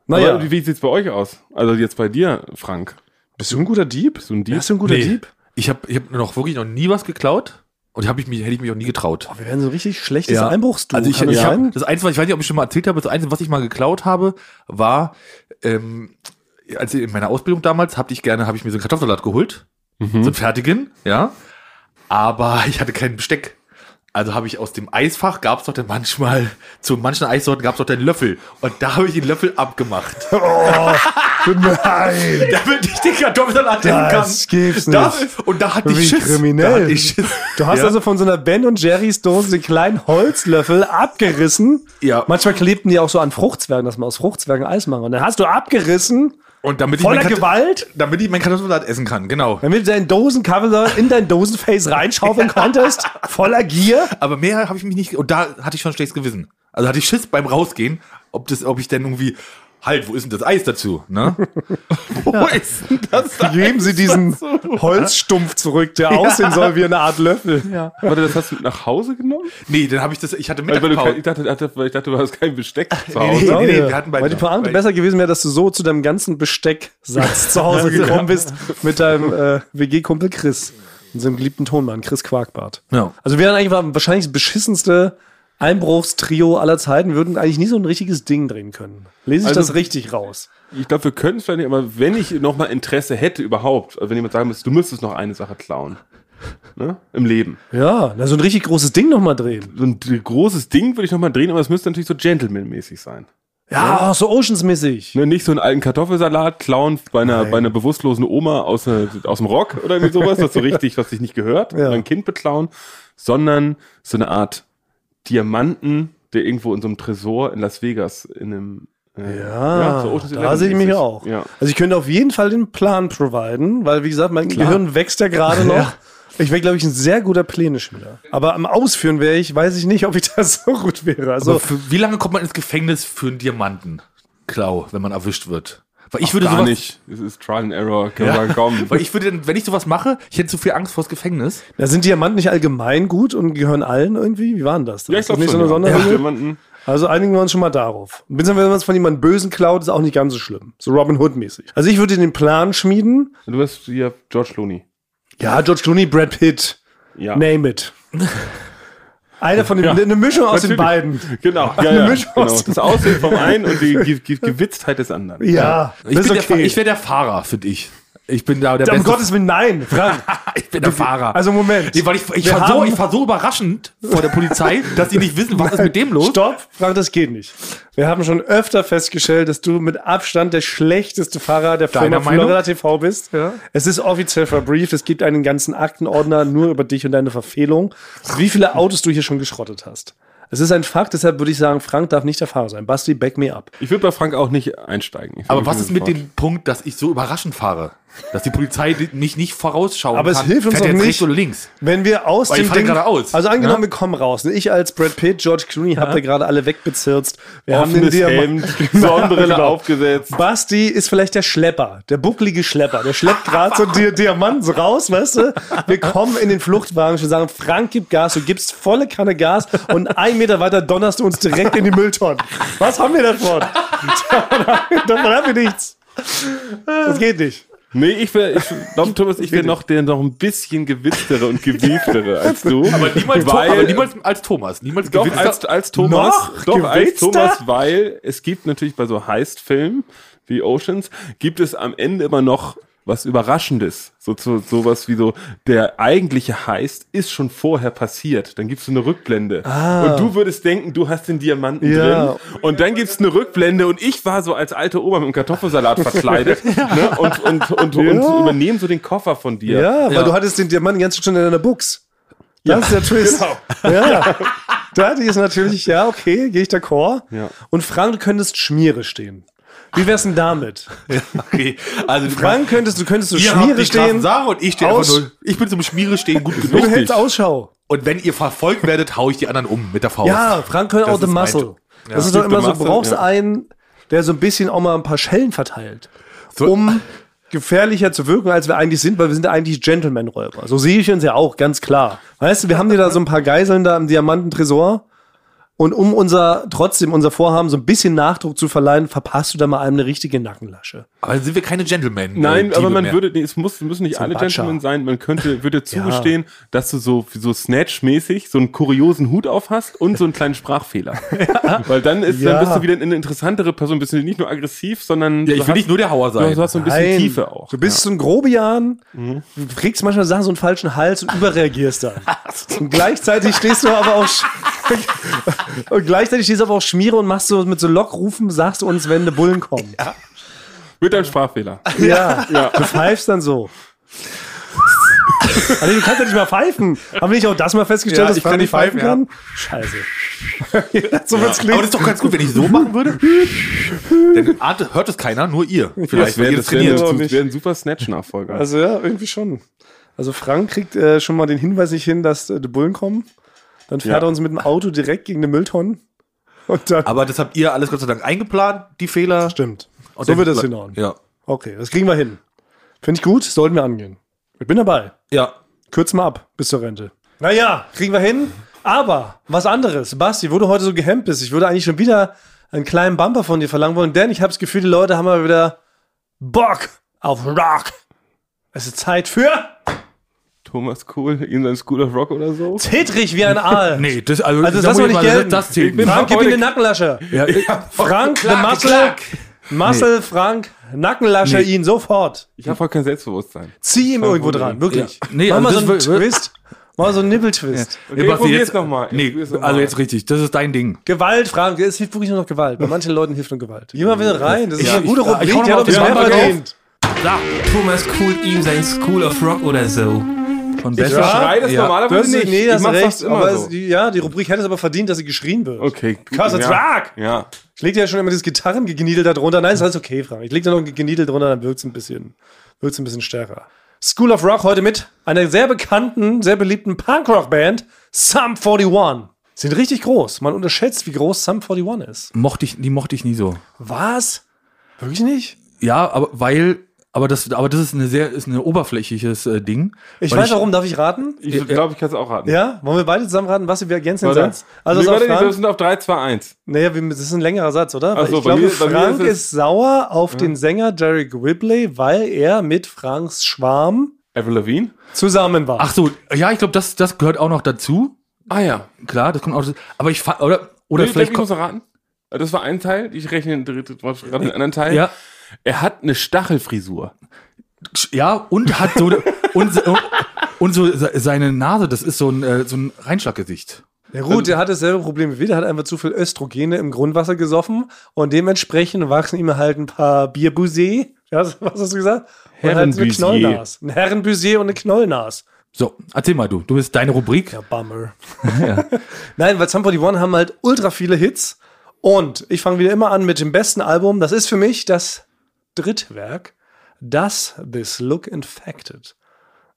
[SPEAKER 2] Aber
[SPEAKER 3] Naja,
[SPEAKER 2] wie- wie sieht's bei euch aus? Also jetzt bei dir, Frank.
[SPEAKER 3] bist du ein guter Dieb?
[SPEAKER 2] So ein Dieb.
[SPEAKER 3] Bist du ein guter
[SPEAKER 1] Nee.
[SPEAKER 3] Dieb?
[SPEAKER 1] Ich habe ich hab noch wirklich noch nie was geklaut und hab ich mich, hätte ich mich auch nie getraut.
[SPEAKER 3] Wir werden so ein richtig schlechtes
[SPEAKER 1] Ja.
[SPEAKER 3] Einbruchsduo.
[SPEAKER 1] Also ich,
[SPEAKER 3] kann das
[SPEAKER 1] ich
[SPEAKER 3] sein?
[SPEAKER 1] hab, das Einzige, was ich weiß nicht, ob ich schon mal erzählt habe, das Einzige, was ich mal geklaut habe, war, ähm, als ich in meiner Ausbildung damals, habe ich gerne, habe ich mir so einen Kartoffelsalat geholt, so einen fertigen, ja, aber ich hatte kein Besteck. Also habe ich aus dem Eisfach gab es doch dann
[SPEAKER 3] Oh,
[SPEAKER 1] manchmal, zu manchen Eissorten gab es doch den Löffel. Und da habe ich den Löffel abgemacht.
[SPEAKER 3] Nein,
[SPEAKER 1] Damit ich den Kartoffelsalat essen kann.
[SPEAKER 3] das gibt's nicht.
[SPEAKER 1] Da, und da hatte
[SPEAKER 3] Wie
[SPEAKER 1] ich Schiss.
[SPEAKER 3] kriminell.
[SPEAKER 1] Da hatte ich Schiss.
[SPEAKER 3] Du hast
[SPEAKER 1] ja.
[SPEAKER 3] also von so einer Ben und Jerry's Dose den kleinen Holzlöffel abgerissen.
[SPEAKER 1] Ja.
[SPEAKER 3] Manchmal klebten die auch so an Fruchtzwergen, dass man aus Fruchtzwergen Eis machen. Und dann hast du abgerissen,
[SPEAKER 1] Und damit ich,
[SPEAKER 3] voller
[SPEAKER 1] mein Kat-
[SPEAKER 3] Gewalt,
[SPEAKER 1] damit ich mein Kartoffelsalat essen kann, genau.
[SPEAKER 3] damit du deinen Dosencover in dein Dosenface reinschaufeln konntest, voller Gier.
[SPEAKER 1] Aber mehr habe ich mich nicht. Und da hatte ich schon schlechtes Gewissen. Also hatte ich Schiss beim Rausgehen, ob, das, ob ich denn irgendwie. Halt, wo ist denn das Eis dazu? Ne? wo ist denn das Eis?
[SPEAKER 3] Geben sie diesen Holzstumpf zurück, der aussehen soll wie eine Art Löffel.
[SPEAKER 2] Warte, das hast du mit nach Hause genommen?
[SPEAKER 1] Nee, dann habe ich das. Ich
[SPEAKER 3] Also
[SPEAKER 1] hatte
[SPEAKER 2] Weil, weil du, kein-
[SPEAKER 1] Mittagspause.
[SPEAKER 2] ich, dachte, dachte, weil ich dachte, du hast kein Besteck zu
[SPEAKER 1] Nee,
[SPEAKER 2] Hause.
[SPEAKER 1] nee, nee, nee,
[SPEAKER 3] Ja.
[SPEAKER 1] wir hatten bei-
[SPEAKER 3] Oh, Weil die Pointe
[SPEAKER 1] bei-
[SPEAKER 3] besser gewesen wäre, dass du so zu deinem ganzen Bestecksatz zu Hause gekommen bist mit deinem äh, WG-Kumpel Chris. Unserem geliebten Tonmann, Chris Quarkbart.
[SPEAKER 1] Ja.
[SPEAKER 3] Also wir wären eigentlich war wahrscheinlich das beschissenste Einbruchstrio aller Zeiten, würden eigentlich nie so ein richtiges Ding drehen können. Lese ich
[SPEAKER 2] Also-
[SPEAKER 3] das richtig raus?
[SPEAKER 2] Ich glaube, wir können es vielleicht nicht, aber wenn ich nochmal Interesse hätte überhaupt, also wenn jemand sagen müsste, du müsstest noch eine Sache klauen. Ne? Im Leben.
[SPEAKER 3] Ja, na, so ein richtig großes Ding nochmal drehen.
[SPEAKER 2] So ein d- großes Ding würde ich nochmal drehen, aber es müsste natürlich so Gentleman-mäßig sein.
[SPEAKER 3] Ja, so Oceans-mäßig.
[SPEAKER 2] Ne? Nicht so einen alten Kartoffelsalat klauen bei einer, bei einer bewusstlosen Oma aus, einer- aus dem Rock oder irgendwie sowas, das so richtig, was sich nicht gehört,
[SPEAKER 3] Ja.
[SPEAKER 2] oder ein Kind beklauen, sondern so eine Art Diamanten, der irgendwo in so einem Tresor in Las Vegas in einem äh,
[SPEAKER 3] Ja,
[SPEAKER 2] so Ocean's
[SPEAKER 3] da
[SPEAKER 2] Eleven
[SPEAKER 3] sehe ich mich
[SPEAKER 2] mäßig.
[SPEAKER 3] auch.
[SPEAKER 2] Ja.
[SPEAKER 3] Also ich könnte auf jeden Fall den Plan providen, weil wie gesagt, mein Gehirn wächst ja gerade noch. Ich wäre, glaube ich, ein sehr guter Pläne-Spieler. Aber am Ausführen wäre ich, weiß ich nicht, ob ich das so gut wäre.
[SPEAKER 1] Aber
[SPEAKER 3] Also
[SPEAKER 1] für, wie lange kommt man ins Gefängnis für einen Diamantenklau, wenn man erwischt wird? Weil ich würde
[SPEAKER 2] Gar
[SPEAKER 1] sowas
[SPEAKER 2] nicht. Es ist Trial and Error. Kann man kommen.
[SPEAKER 1] Weil ich würde, dann, wenn ich sowas mache, ich hätte zu viel Angst vors Gefängnis.
[SPEAKER 3] da sind Diamanten nicht allgemein gut und gehören allen irgendwie? Wie war denn das? Ist das nicht so eine Sonderregel?
[SPEAKER 2] Jemanden,
[SPEAKER 3] Also einigen wir uns schon mal darauf. Und Wenn man es von jemandem Bösen klaut, ist auch nicht ganz so schlimm. So Robin Hood-mäßig. Also ich würde den Plan schmieden.
[SPEAKER 2] du bist hier George Clooney.
[SPEAKER 3] Ja, George Clooney, Brad Pitt,
[SPEAKER 2] Ja.
[SPEAKER 3] name it. Einer von den, eine Mischung aus den beiden.
[SPEAKER 2] Genau. Ja, ja.
[SPEAKER 3] Mischung
[SPEAKER 2] genau.
[SPEAKER 3] aus-
[SPEAKER 2] Das Aussehen vom einen und die Ge Ge Gewitztheit des anderen.
[SPEAKER 3] Ja,
[SPEAKER 1] Ich,
[SPEAKER 3] das
[SPEAKER 1] bin
[SPEAKER 3] ist
[SPEAKER 1] der Fa-
[SPEAKER 3] okay.
[SPEAKER 1] ich wäre der Fahrer, finde ich. Ich bin da der
[SPEAKER 3] um
[SPEAKER 1] beste.
[SPEAKER 3] Gottes Willen, nein, Frank.
[SPEAKER 1] ich bin der Fahrer.
[SPEAKER 3] Also Moment.
[SPEAKER 1] nee, weil ich, ich
[SPEAKER 3] Wir
[SPEAKER 1] war so,
[SPEAKER 3] haben-
[SPEAKER 1] ich war so überraschend vor der Polizei, dass die nicht wissen, was ist mit dem los.
[SPEAKER 3] Stopp, Frank, das geht nicht. Wir haben schon öfter festgestellt, dass du mit Abstand der schlechteste Fahrer der Firma
[SPEAKER 1] Deiner Meinung?
[SPEAKER 3] Florida TV bist.
[SPEAKER 1] Ja.
[SPEAKER 3] Es ist offiziell verbrieft, es gibt einen ganzen Aktenordner nur über dich und deine Verfehlung, wie viele Autos du hier schon geschrottet hast. Es ist ein Fakt, deshalb würde ich sagen, Frank darf nicht der Fahrer sein. Basti, back me up.
[SPEAKER 2] Ich würde bei Frank auch nicht einsteigen. Ich
[SPEAKER 1] Aber
[SPEAKER 2] würd
[SPEAKER 1] was ist mit
[SPEAKER 2] sofort-
[SPEAKER 1] dem Punkt, dass ich so überraschend fahre? Dass die Polizei die- mich nicht vorausschauen
[SPEAKER 3] Aber es
[SPEAKER 1] kann.
[SPEAKER 3] hilft uns
[SPEAKER 1] Fährt
[SPEAKER 3] doch
[SPEAKER 1] der jetzt
[SPEAKER 3] nicht.
[SPEAKER 1] rechts oder links.
[SPEAKER 3] Wenn wir aus
[SPEAKER 1] Weil ich
[SPEAKER 3] dem
[SPEAKER 1] fahre
[SPEAKER 3] Ding,
[SPEAKER 1] geradeaus.
[SPEAKER 3] also angenommen,
[SPEAKER 1] Ja.
[SPEAKER 3] wir kommen raus. Ne? Ich als Brad Pitt, George Clooney, habt ihr gerade alle wegbezirzt. Wir haben den
[SPEAKER 2] Offenes
[SPEAKER 3] Diamant-
[SPEAKER 2] Hemd, Sonnenbrille
[SPEAKER 1] genau.
[SPEAKER 2] aufgesetzt.
[SPEAKER 3] Basti ist vielleicht der Schlepper, der bucklige Schlepper. Der schleppt gerade so die Diamanten so raus, weißt du? Wir kommen in den Fluchtwagen und sagen, Frank, gib Gas, du gibst volle Kanne Gas und einen Meter weiter donnerst du uns direkt in die Mülltonne. Was haben wir davon? davon haben wir nichts. Das geht nicht.
[SPEAKER 2] Nee, ich wäre, ich glaube, Thomas, ich wäre noch der noch ein bisschen gewitztere und gewieftere als du.
[SPEAKER 1] Aber niemals,
[SPEAKER 2] weil,
[SPEAKER 1] aber niemals als Thomas. Niemals
[SPEAKER 2] Doch,
[SPEAKER 1] gewitzter-
[SPEAKER 2] als, als Thomas.
[SPEAKER 3] Noch
[SPEAKER 2] doch, als
[SPEAKER 3] gewitzter?
[SPEAKER 2] Thomas, weil es gibt natürlich bei so Heist-Filmen wie Oceans, gibt es am Ende immer noch was Überraschendes. So, so, sowas wie so, der eigentliche Heist ist schon vorher passiert. Dann gibt's so eine Rückblende. Und du würdest denken, du hast den Diamanten
[SPEAKER 3] Ah. Ja.
[SPEAKER 2] drin. Und dann gibt's eine Rückblende und ich war so als alte Oma mit dem Kartoffelsalat verkleidet ne? und, und, und, und übernehmen so den Koffer von dir.
[SPEAKER 3] Ja, weil
[SPEAKER 1] Ja.
[SPEAKER 3] du hattest den Diamanten ganz schön in deiner Buchs. Das ist der Twist. Ja. Da hatte ich es natürlich, ja, okay, gehe ich d'accord.
[SPEAKER 2] Ja.
[SPEAKER 3] Und Frank, du könntest Schmiere stehen. Wie wär's denn damit?
[SPEAKER 1] Okay. Also du
[SPEAKER 3] Frank, könntest du könntest du
[SPEAKER 1] ihr habt
[SPEAKER 3] Schmiere
[SPEAKER 1] die krassen
[SPEAKER 3] stehen?
[SPEAKER 1] Sachen und ich stehe einfach
[SPEAKER 3] Aus-
[SPEAKER 1] nur. Ich bin zum Schmiere stehen gut
[SPEAKER 3] Du
[SPEAKER 1] genug.
[SPEAKER 3] hältst Ausschau.
[SPEAKER 1] Und wenn ihr verfolgt werdet, hau ich die anderen um mit der Faust.
[SPEAKER 3] Ja, Frank Köln
[SPEAKER 1] Das
[SPEAKER 3] auch the
[SPEAKER 1] ist mein
[SPEAKER 3] muscle.
[SPEAKER 1] Job.
[SPEAKER 3] Das ist doch
[SPEAKER 2] The
[SPEAKER 3] immer so, du
[SPEAKER 2] Muscle,
[SPEAKER 3] brauchst
[SPEAKER 2] ja.
[SPEAKER 3] einen, der so ein bisschen auch mal ein paar Schellen verteilt,
[SPEAKER 1] So-
[SPEAKER 3] um gefährlicher zu wirken, als wir eigentlich sind, weil wir sind eigentlich Gentleman-Räuber. So sehe ich uns ja auch, ganz klar. Weißt du, wir haben dir da so ein paar Geiseln da im Diamantentresor und um unser, trotzdem unser Vorhaben so ein bisschen Nachdruck zu verleihen, verpasst du da mal einem eine richtige Nackenlasche.
[SPEAKER 1] Aber dann sind wir keine Gentlemen.
[SPEAKER 2] Nein,
[SPEAKER 1] äh,
[SPEAKER 2] aber
[SPEAKER 1] Diebe
[SPEAKER 2] man
[SPEAKER 1] mehr.
[SPEAKER 2] würde, nee, es muss, müssen nicht alle
[SPEAKER 3] Batscher.
[SPEAKER 2] Gentlemen sein. Man könnte, würde zugestehen, dass du so, so Snatch-mäßig so einen kuriosen Hut auf hast und so einen kleinen Sprachfehler. Weil dann ist,
[SPEAKER 3] Ja.
[SPEAKER 2] dann bist du wieder eine interessantere Person, bist du nicht nur aggressiv, sondern
[SPEAKER 1] Ja, ich will
[SPEAKER 2] du, hast,
[SPEAKER 1] nicht nur der Hauer sein.
[SPEAKER 2] du hast so ein bisschen
[SPEAKER 3] Nein.
[SPEAKER 2] Tiefe auch.
[SPEAKER 3] Du bist so ein Grobian,
[SPEAKER 1] Mhm.
[SPEAKER 3] du kriegst manchmal Sachen so einen falschen Hals und überreagierst dann. und gleichzeitig stehst du aber auch sch- und gleichzeitig stehst du aber auch Schmiere und machst so mit so Lockrufen, sagst du uns, wenn ne Bullen kommen.
[SPEAKER 2] Mit deinem Sprachfehler.
[SPEAKER 3] Ja, du pfeifst dann so. Also, du kannst ja nicht mal pfeifen. Haben wir nicht auch das mal festgestellt,
[SPEAKER 1] Ja,
[SPEAKER 3] dass
[SPEAKER 1] ich kann
[SPEAKER 3] Frank
[SPEAKER 1] nicht pfeifen,
[SPEAKER 3] Scheiße. so wird's
[SPEAKER 1] Aber das
[SPEAKER 3] klingen.
[SPEAKER 1] ist doch ganz gut, wenn ich so machen würde. Dann ahnt- hört es keiner, nur ihr. Vielleicht,
[SPEAKER 2] Das
[SPEAKER 1] wenn
[SPEAKER 2] wäre
[SPEAKER 1] ihr das
[SPEAKER 2] das wär,
[SPEAKER 1] trainiert.
[SPEAKER 2] das
[SPEAKER 3] auch nicht.
[SPEAKER 2] wär ein super Snatch-Nachfolger.
[SPEAKER 3] Also ja, irgendwie schon. Also Frank kriegt äh, schon mal den Hinweis nicht hin, dass äh, die Bullen kommen. Dann
[SPEAKER 2] Ja.
[SPEAKER 3] fährt er uns mit dem Auto direkt gegen eine Mülltonne. Und dann
[SPEAKER 1] Aber das habt ihr alles Gott sei Dank eingeplant, die Fehler.
[SPEAKER 3] Stimmt.
[SPEAKER 1] Und
[SPEAKER 3] so
[SPEAKER 1] dann-
[SPEAKER 3] wird das hinhauen.
[SPEAKER 1] Ja.
[SPEAKER 3] Okay, das kriegen wir hin. Finde ich gut, sollten wir angehen. Ich bin dabei.
[SPEAKER 1] Ja.
[SPEAKER 3] Kürz mal ab bis zur Rente. Naja, kriegen wir hin. Aber was anderes. Basti, wo du heute so gehemmt bist, ich würde eigentlich schon wieder einen kleinen Bumper von dir verlangen wollen, denn ich habe das Gefühl, die Leute haben mal wieder Bock auf Rock. Es ist Zeit für
[SPEAKER 2] Thomas Kohl in seinem School of Rock oder so.
[SPEAKER 3] Zittrig wie ein Aal.
[SPEAKER 1] Nee, das, also,
[SPEAKER 3] Also das
[SPEAKER 1] da
[SPEAKER 3] lassen
[SPEAKER 1] muss
[SPEAKER 3] wir
[SPEAKER 1] ich
[SPEAKER 3] nicht
[SPEAKER 1] mal-
[SPEAKER 3] gelten.
[SPEAKER 1] Das zählt
[SPEAKER 2] Ich bin-
[SPEAKER 1] nicht.
[SPEAKER 3] Frank, gib ihm eine Nackenlasche.
[SPEAKER 1] Ja, ich-
[SPEAKER 3] Frank, the
[SPEAKER 1] Klack,
[SPEAKER 3] Muscle,
[SPEAKER 1] klack.
[SPEAKER 3] Muscle, Frank, Nackenlasche ihn sofort.
[SPEAKER 2] Ich habe voll kein Selbstbewusstsein.
[SPEAKER 3] Zieh ihm irgendwo dran, wirklich.
[SPEAKER 1] Ja. Nee,
[SPEAKER 3] Mach
[SPEAKER 1] also
[SPEAKER 3] mal
[SPEAKER 1] das
[SPEAKER 3] so einen
[SPEAKER 1] wird- wird-
[SPEAKER 3] Twist. Mach mal so einen Nippeltwist.
[SPEAKER 1] Nee, Basti,
[SPEAKER 2] probier's noch mal.
[SPEAKER 1] Nee,
[SPEAKER 2] Probier's noch
[SPEAKER 1] also
[SPEAKER 2] mal.
[SPEAKER 1] jetzt richtig. Das ist dein Ding.
[SPEAKER 3] Gewalt, Frank, es hilft wirklich nur noch Gewalt. Bei manchen Leuten hilft nur Gewalt. Jemand will rein, das ist
[SPEAKER 1] Ja,
[SPEAKER 3] eine gute
[SPEAKER 1] ich- ich
[SPEAKER 3] Rubrik,
[SPEAKER 1] hau noch
[SPEAKER 3] die hat
[SPEAKER 1] mal
[SPEAKER 3] doch
[SPEAKER 1] den
[SPEAKER 3] mehr
[SPEAKER 1] Bumper drauf.
[SPEAKER 3] verdient.
[SPEAKER 4] Thomas Cool ihm sein School of Rock oder so.
[SPEAKER 1] Von
[SPEAKER 2] Ich verschreie das
[SPEAKER 1] Ja.
[SPEAKER 2] normalerweise nicht.
[SPEAKER 3] nee,
[SPEAKER 2] Ich
[SPEAKER 3] Ah, das ist
[SPEAKER 2] mach
[SPEAKER 3] recht.
[SPEAKER 2] fast immer
[SPEAKER 3] Aber
[SPEAKER 2] so.
[SPEAKER 3] es, die, ja, die Rubrik hätte es aber verdient, dass sie geschrien wird.
[SPEAKER 2] Okay.
[SPEAKER 3] Cause it's
[SPEAKER 2] ja.
[SPEAKER 3] rock!
[SPEAKER 2] ja.
[SPEAKER 3] Ich leg dir ja schon immer dieses Gitarrengeniedel da drunter. Nein, ist alles okay, Frank. Ich leg da noch ein Geniedel drunter, dann wirkt's ein bisschen, wirkt's ein bisschen stärker. School of Rock heute mit einer sehr bekannten, sehr beliebten Punkrock-Band, Sum 41. Sind richtig groß. Man unterschätzt, wie groß Sum 41 ist.
[SPEAKER 1] Mochte ich, die mochte ich nie so.
[SPEAKER 3] Was? Wirklich nicht?
[SPEAKER 1] Ja, aber weil, aber das, aber das ist eine sehr, ist ein oberflächliches äh, Ding.
[SPEAKER 3] Ich
[SPEAKER 1] Weil
[SPEAKER 3] weiß warum, darf ich raten?
[SPEAKER 2] Ich glaube, ich kann es auch raten.
[SPEAKER 3] Ja? Wollen wir beide zusammen raten, was wir ergänzen den
[SPEAKER 2] Warte.
[SPEAKER 3] Satz? Also,
[SPEAKER 2] nee,
[SPEAKER 3] nee,
[SPEAKER 2] warte,
[SPEAKER 3] Frank,
[SPEAKER 2] wir sind auf 3, 2, 1.
[SPEAKER 3] naja, wir- das ist ein längerer Satz, oder?
[SPEAKER 2] Ach
[SPEAKER 3] Weil
[SPEAKER 2] so,
[SPEAKER 3] ich
[SPEAKER 2] bei
[SPEAKER 3] glaube,
[SPEAKER 2] mir- bei mir
[SPEAKER 3] Frank
[SPEAKER 2] ist es-
[SPEAKER 3] ist sauer auf den Sänger Jerry Whibley, weil er mit Franks Schwarm
[SPEAKER 2] Avril Lavigne?
[SPEAKER 3] zusammen war.
[SPEAKER 1] Ach so, ja, ich glaube, das, das gehört auch noch dazu.
[SPEAKER 2] Ah ja.
[SPEAKER 1] Klar, das kommt auch. Aber ich fa- oder oder
[SPEAKER 2] nee, vielleicht
[SPEAKER 1] vielleicht
[SPEAKER 2] ich muss
[SPEAKER 1] kommt.
[SPEAKER 2] noch raten. Das war ein Teil. Ich rechne den dritten- gerade den anderen Teil.
[SPEAKER 1] Ja,
[SPEAKER 2] Er hat eine Stachelfrisur.
[SPEAKER 1] ja und hat so und, und so se- seine Nase, das ist so ein äh, so ein Reinschlaggesicht.
[SPEAKER 3] Ja gut, der hat dasselbe Problem wie wir, der hat einfach zu viel Östrogene im Grundwasser gesoffen und dementsprechend wachsen ihm halt ein paar Bierbusé, ja, was hast du gesagt? Und halt so eine
[SPEAKER 2] Herrenbusier.
[SPEAKER 3] Knollnas. Ein Herrenbusé und eine Knollnas.
[SPEAKER 1] So, erzähl mal du, du bist deine Rubrik.
[SPEAKER 3] Ja, Bummer. Nein, weil Sum 41 haben halt ultra viele Hits und ich fange wieder immer an mit dem besten Album, das ist für mich das Drittwerk, das This Look Infected.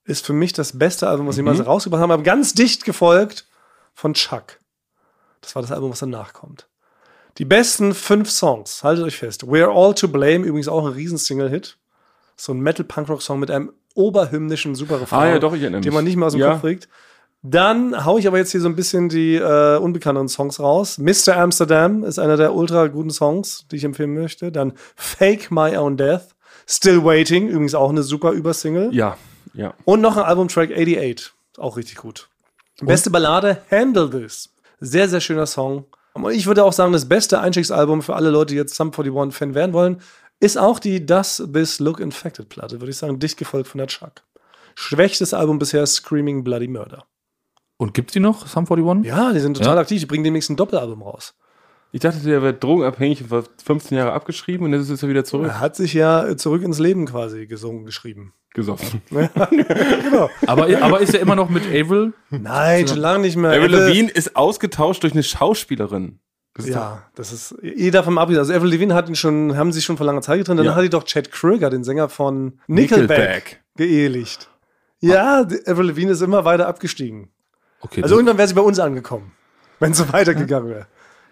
[SPEAKER 3] Ist für mich das beste Album, was sie
[SPEAKER 2] Mhm.
[SPEAKER 3] jemals rausgebracht haben, aber ganz dicht gefolgt von Chuck. Das war das Album, was danach kommt. Die besten fünf Songs, haltet euch fest. We're All to Blame, übrigens auch ein Riesensingle-Hit. So ein Metal-Punk-Rock-Song mit einem oberhymnischen super
[SPEAKER 2] Ah ja, doch, ich erinnere mich.
[SPEAKER 3] den man nicht mehr aus dem
[SPEAKER 2] Ja.
[SPEAKER 3] Kopf kriegt. Dann hau ich aber jetzt hier so ein bisschen die äh, unbekannteren Songs raus. Mr. Amsterdam ist einer der ultra guten Songs, die ich empfehlen möchte. Dann Fake My Own Death. Still Waiting, übrigens auch eine super Übersingle.
[SPEAKER 2] Ja. Ja.
[SPEAKER 3] Und noch ein Albumtrack 88, auch richtig gut. Beste Ballade, Handle This. Sehr, sehr schöner Song. Und ich würde auch sagen, das beste Einstiegsalbum für alle Leute, die jetzt Sum 41-Fan werden wollen, ist auch die Does This Look Infected-Platte, würde ich sagen, dicht gefolgt von der Chuck. Schwächstes Album bisher, Screaming Bloody Murder.
[SPEAKER 1] Und gibt's die noch? Sum 41?
[SPEAKER 3] Ja, die sind total
[SPEAKER 1] Ja.
[SPEAKER 3] aktiv, die bringen demnächst ein Doppelalbum raus.
[SPEAKER 2] Ich dachte, der wäre drogenabhängig und war 15 Jahre abgeschrieben und jetzt ist er wieder zurück.
[SPEAKER 3] Er hat sich ja zurück ins Leben quasi gesungen, geschrieben.
[SPEAKER 2] Gesoffen.
[SPEAKER 1] Aber aber ist er immer noch mit Avril?
[SPEAKER 3] Nein, schon lange nicht mehr.
[SPEAKER 2] Avril
[SPEAKER 3] Apple-
[SPEAKER 2] Lavigne ist ausgetauscht durch eine Schauspielerin. Das ist
[SPEAKER 3] Ja, das ist eh davon abgesehen. Also Avril Levine hat ihn schon, haben sie schon vor langer Zeit getrennt. Dann
[SPEAKER 2] Ja.
[SPEAKER 3] hat die doch Chad Kroeger, den Sänger von Nickelback,
[SPEAKER 2] Nickelback.
[SPEAKER 3] geehelicht. Ja, die Avril Levine ist immer weiter abgestiegen.
[SPEAKER 1] Okay.
[SPEAKER 3] Also
[SPEAKER 1] Also,
[SPEAKER 3] irgendwann wäre sie bei uns angekommen, wenn sie weitergegangen wäre.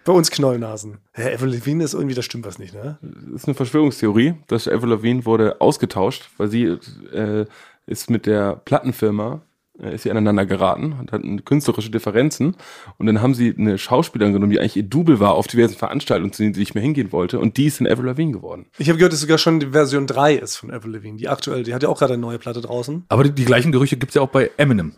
[SPEAKER 3] Bei uns Knollnasen. Hä, Avril Levine ist irgendwie, da stimmt was nicht, ne?
[SPEAKER 2] Das ist eine Verschwörungstheorie, dass Avril Lavigne wurde ausgetauscht, weil sie äh, ist mit der Plattenfirma äh, ist sie aneinander geraten und hatten künstlerische Differenzen und dann haben sie eine Schauspielerin genommen, die eigentlich ihr Double war auf diversen Veranstaltungen, zu denen sie nicht mehr hingehen wollte und die ist in Avril Lavigne geworden.
[SPEAKER 3] Ich habe gehört, dass sogar schon die Version 3 ist von Avril Levine, die aktuell, die hat ja auch gerade eine neue Platte draußen.
[SPEAKER 1] aber die, die gleichen Gerüche gibt's ja auch bei Eminem.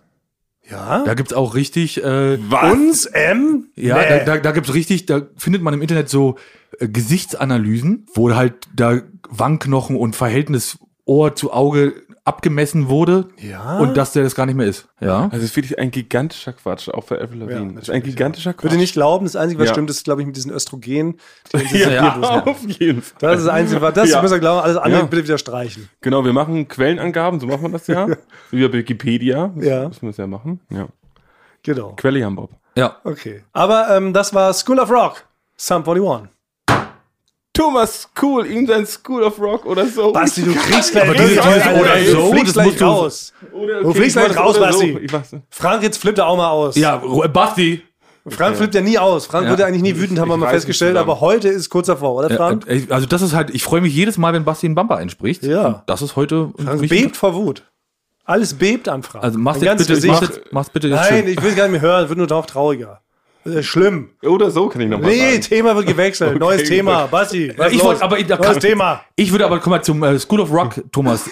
[SPEAKER 3] Ja?
[SPEAKER 1] Da gibt's auch richtig äh,
[SPEAKER 3] Uns M?
[SPEAKER 1] Ja,
[SPEAKER 3] Nee.
[SPEAKER 1] da, da, da gibt's richtig, da findet man im Internet so äh, Gesichtsanalysen, wo halt da Wangenknochen und Verhältnis Ohr zu Auge abgemessen wurde
[SPEAKER 3] Ja.
[SPEAKER 1] und dass der das gar nicht mehr ist. Ja.
[SPEAKER 2] Also es ist wirklich ein gigantischer Quatsch, auch für Avril Lavigne. Das ist ein
[SPEAKER 3] natürlich,
[SPEAKER 2] gigantischer Quatsch.
[SPEAKER 3] Würde nicht glauben, das Einzige, was
[SPEAKER 2] Ja.
[SPEAKER 3] stimmt, ist, glaube ich, mit diesen Östrogen. die diese
[SPEAKER 2] ja,
[SPEAKER 3] Bierdosen haben.
[SPEAKER 2] auf jeden Fall.
[SPEAKER 3] Das ist das Einzige, was das
[SPEAKER 2] Ja.
[SPEAKER 3] müssen wir glauben, alles andere
[SPEAKER 2] Ja.
[SPEAKER 3] bitte wieder streichen.
[SPEAKER 2] Genau, wir machen Quellenangaben, so macht man das ja. Wie bei Wikipedia. Das
[SPEAKER 3] Ja.
[SPEAKER 2] Müssen wir es ja machen. Ja.
[SPEAKER 3] Genau.
[SPEAKER 2] Quelle haben Bob.
[SPEAKER 1] Ja.
[SPEAKER 3] Okay. Aber ähm, das war School of Rock, Sum 41.
[SPEAKER 2] Thomas Cool, ihm sein School of Rock oder so.
[SPEAKER 3] Basti, du kriegst gleich
[SPEAKER 1] Aber diese-
[SPEAKER 3] richtig
[SPEAKER 1] diese-
[SPEAKER 3] Alter,
[SPEAKER 1] oder
[SPEAKER 3] ey, du
[SPEAKER 1] so,
[SPEAKER 3] fliegst
[SPEAKER 1] das
[SPEAKER 3] gleich
[SPEAKER 1] musst du-
[SPEAKER 3] raus.
[SPEAKER 2] Oder,
[SPEAKER 3] Du fliegst
[SPEAKER 2] ich
[SPEAKER 3] gleich
[SPEAKER 2] mach's
[SPEAKER 3] raus,
[SPEAKER 2] oder so.
[SPEAKER 3] Basti.
[SPEAKER 2] Ich mach's.
[SPEAKER 3] Frank, jetzt flippt er auch mal aus.
[SPEAKER 1] Ja, Ro- Basti.
[SPEAKER 3] Frank flippt ja nie aus. Frank
[SPEAKER 1] Ja.
[SPEAKER 3] wird ja eigentlich nie wütend, haben wir
[SPEAKER 2] Ich
[SPEAKER 3] mal
[SPEAKER 2] reiß mich
[SPEAKER 3] festgestellt,
[SPEAKER 2] zusammen.
[SPEAKER 3] aber heute ist kurz davor, oder Frank?
[SPEAKER 1] genau. Äh, äh, Also das ist halt, ich freue mich jedes Mal, wenn Basti einen Bumper einspricht.
[SPEAKER 3] Ja.
[SPEAKER 1] Und Das ist heute.
[SPEAKER 3] Frank
[SPEAKER 1] richtig-
[SPEAKER 3] bebt vor Wut. Alles bebt an Frank.
[SPEAKER 1] Also mach's
[SPEAKER 3] Ein
[SPEAKER 1] jetzt
[SPEAKER 3] ganzes
[SPEAKER 1] bitte,
[SPEAKER 3] Gesicht.
[SPEAKER 1] mach, jetzt- mach's bitte jetzt
[SPEAKER 3] Nein,
[SPEAKER 1] schön.
[SPEAKER 3] ich will es gar nicht mehr hören, wird nur noch trauriger. Das ist schlimm.
[SPEAKER 2] Oder so kann ich nochmal
[SPEAKER 3] Nee,
[SPEAKER 2] sagen.
[SPEAKER 3] Thema wird gewechselt. Neues
[SPEAKER 2] gut.
[SPEAKER 3] Thema. Basti, was
[SPEAKER 1] Äh, ich
[SPEAKER 3] los?
[SPEAKER 1] wollte aber- ich- da
[SPEAKER 3] Neues
[SPEAKER 1] kann-
[SPEAKER 3] Thema.
[SPEAKER 1] Ich würde aber, komm mal zum äh, School of Rock, Thomas.